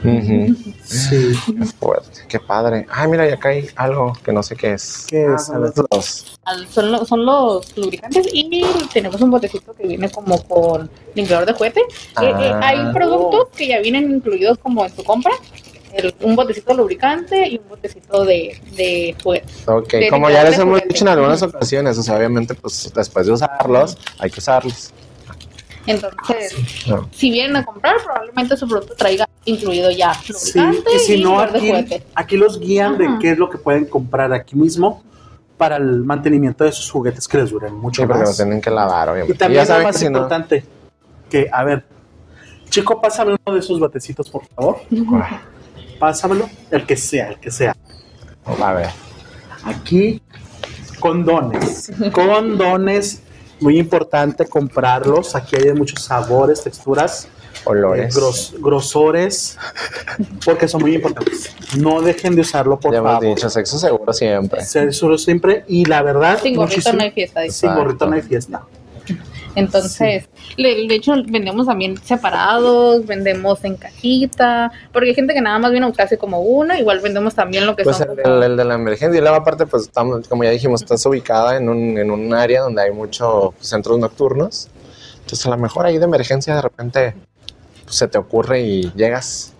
Speaker 5: ujú,
Speaker 3: Sí.
Speaker 5: qué fuerte, qué padre. Ay, mira, y acá hay algo que no sé qué es.
Speaker 3: ¿Qué
Speaker 5: Ah,
Speaker 3: es?
Speaker 5: son estos dos.
Speaker 4: Al- Son, lo- son los lubricantes y tenemos un botecito que viene como con limpiador de juguete. Eh, eh,
Speaker 5: Ah.
Speaker 4: hay productos que ya vienen incluidos como en tu compra. El- un botecito de lubricante y un botecito de, de juguete.
Speaker 5: Ok,
Speaker 4: De
Speaker 5: como ya les
Speaker 4: diferentes
Speaker 5: hemos
Speaker 4: juguetes.
Speaker 5: dicho en algunas ocasiones, o sea, obviamente, pues, después de usarlos, hay que usarlos.
Speaker 4: Entonces,
Speaker 5: No.
Speaker 4: si vienen a comprar, probablemente su producto traiga incluido ya
Speaker 3: Sí,
Speaker 4: lubricante
Speaker 3: y si no,
Speaker 4: limpiador de
Speaker 3: aquí,
Speaker 4: juguete.
Speaker 3: aquí los guían de
Speaker 4: Ajá.
Speaker 3: qué es lo que pueden comprar aquí mismo para el mantenimiento de sus juguetes que les duren mucho
Speaker 5: Sí, porque lo
Speaker 3: más.
Speaker 5: tienen que lavar,
Speaker 3: Y
Speaker 5: obviamente.
Speaker 3: también
Speaker 5: ya
Speaker 3: lo
Speaker 5: saben
Speaker 3: más
Speaker 5: que si no.
Speaker 3: importante, que, a ver, chico, pásame uno de esos batecitos, por favor. Pásamelo, el que sea, el que sea.
Speaker 5: pues, A ver.
Speaker 3: Aquí, condones. Condones, muy importante comprarlos. Aquí hay de muchos sabores, texturas. eh,
Speaker 5: Olores.
Speaker 3: gros- grosores, porque son muy importantes. No dejen de usarlo, por
Speaker 5: ya hemos
Speaker 3: favor.
Speaker 5: dicho, sexo seguro siempre.
Speaker 3: Ser seguro siempre y la verdad.
Speaker 4: Sin gorrito
Speaker 3: muchísimo-
Speaker 4: no hay fiesta, dice.
Speaker 3: Sin gorrito no hay fiesta.
Speaker 4: Entonces, le- de hecho, vendemos también separados, vendemos en cajita, porque hay gente que nada más viene a buscarse como uno, igual vendemos también lo que
Speaker 5: Pues
Speaker 4: son.
Speaker 5: el, el- el de la emergencia y luego aparte, pues estamos, como ya dijimos, estás ubicada en un, en un área donde hay muchos centros nocturnos. Entonces a lo mejor ahí de emergencia de repente pues, se te ocurre y llegas.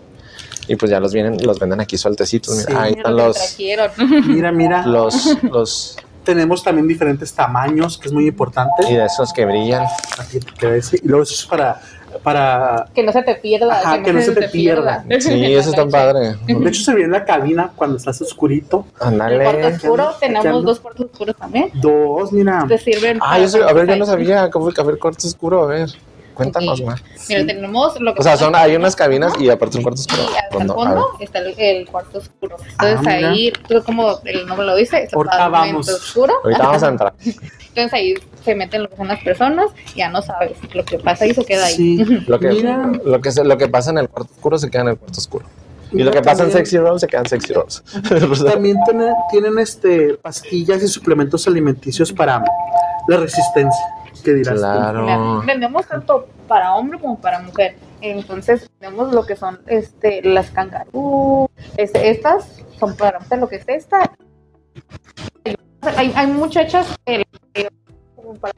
Speaker 5: Y pues ya los vienen, los venden aquí sueltecitos. Mira,
Speaker 3: Sí.
Speaker 5: ahí
Speaker 4: Mira
Speaker 5: están
Speaker 4: lo que
Speaker 5: los,
Speaker 4: trajeron.
Speaker 3: Mira, mira,
Speaker 5: los, los,
Speaker 3: tenemos también diferentes tamaños, que es muy importante.
Speaker 5: y de esos que brillan.
Speaker 3: Aquí te queda ese. Y luego eso es para, para...
Speaker 4: que no se te pierda.
Speaker 3: Ajá, que no se te pierda.
Speaker 5: Sí, eso está padre.
Speaker 3: De hecho, se ve en la cabina cuando estás oscurito.
Speaker 4: El cuarto
Speaker 5: Ándale.
Speaker 4: oscuro,
Speaker 3: Echando-
Speaker 4: tenemos
Speaker 3: echando.
Speaker 4: dos cuartos oscuros también.
Speaker 3: Dos, mira.
Speaker 4: Te sirven.
Speaker 5: Ah,
Speaker 4: para-
Speaker 5: yo sé- a ver, yo no sabía cómo el café corto oscuro. A ver, cuéntanos
Speaker 4: Ok.
Speaker 5: más.
Speaker 4: Mira, tenemos lo que
Speaker 5: O sea, son, hay unas cabinas y aparte un cuarto
Speaker 4: Y
Speaker 5: oscuro.
Speaker 4: hasta el
Speaker 5: Fondo, a ver.
Speaker 4: fondo está el, el cuarto oscuro. Entonces
Speaker 3: Ah, mira.
Speaker 4: ahí, tú como el nombre lo dice, es
Speaker 3: Ahorita
Speaker 4: totalmente
Speaker 3: vamos.
Speaker 4: oscuro.
Speaker 5: Ahorita vamos a entrar.
Speaker 4: Entonces ahí se meten lo que son las personas, ya no sabes lo que pasa y se queda ahí.
Speaker 3: Sí.
Speaker 5: Lo que,
Speaker 3: Mira.
Speaker 5: lo, que se- lo que pasa en el cuarto oscuro se queda en el cuarto oscuro. Y
Speaker 3: Mira
Speaker 5: lo que pasa en
Speaker 3: también.
Speaker 5: Sexy Rooms se queda en Sexy Rooms.
Speaker 3: También tiene- tienen este pastillas y suplementos alimenticios para la resistencia. ¿Qué dirás? tú?
Speaker 5: claro.
Speaker 4: Mira, vendemos tanto para hombre como para mujer. Entonces, tenemos lo que son este las cangarú, este, estas son para usted lo que es esta. Hay, hay muchachas que que- para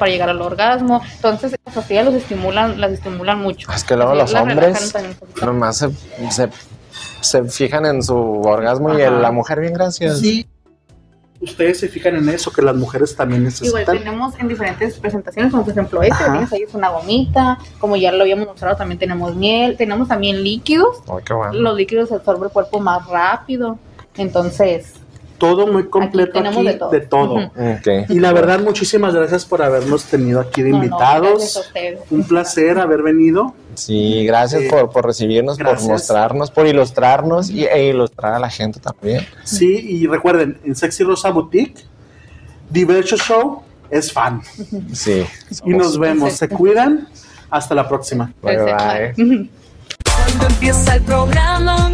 Speaker 4: para llegar al orgasmo, entonces las pastillas los estimulan, las estimulan mucho.
Speaker 5: Es que luego los
Speaker 4: Las relajan
Speaker 5: hombres
Speaker 4: también un poquito.
Speaker 5: nomás se, se, se fijan en su orgasmo y
Speaker 3: Ajá.
Speaker 5: en la mujer, bien, gracias.
Speaker 3: Sí. Ustedes se fijan en eso, que las mujeres también
Speaker 4: Igual
Speaker 3: necesitan.
Speaker 4: tenemos en diferentes presentaciones, como por ejemplo este,
Speaker 3: Ajá.
Speaker 4: que tienes ahí es una gomita, como ya lo habíamos mostrado, también tenemos miel, tenemos también líquidos,
Speaker 5: Ay, qué bueno.
Speaker 4: los líquidos se absorbe el cuerpo más rápido. Entonces,
Speaker 3: Todo muy completo aquí,
Speaker 4: tenemos
Speaker 3: de
Speaker 4: de
Speaker 3: todo.
Speaker 4: todo. Ujú.
Speaker 5: Ok.
Speaker 3: Y la verdad, muchísimas gracias por habernos tenido aquí de
Speaker 4: no, no, gracias a
Speaker 3: invitados.
Speaker 4: ustedes.
Speaker 3: Un placer haber venido.
Speaker 5: Sí, gracias
Speaker 3: Sí.
Speaker 5: Por, por recibirnos,
Speaker 3: Gracias.
Speaker 5: por mostrarnos, por ilustrarnos y, e ilustrar a la gente también.
Speaker 3: Sí, y recuerden, en Sexy Rosa Boutique, Diverso Show es fan.
Speaker 5: Sí.
Speaker 3: Y nos vemos. Se cuidan. Hasta la próxima.
Speaker 5: Bye,
Speaker 4: Perfecto.
Speaker 5: bye.
Speaker 2: Cuando empieza el programa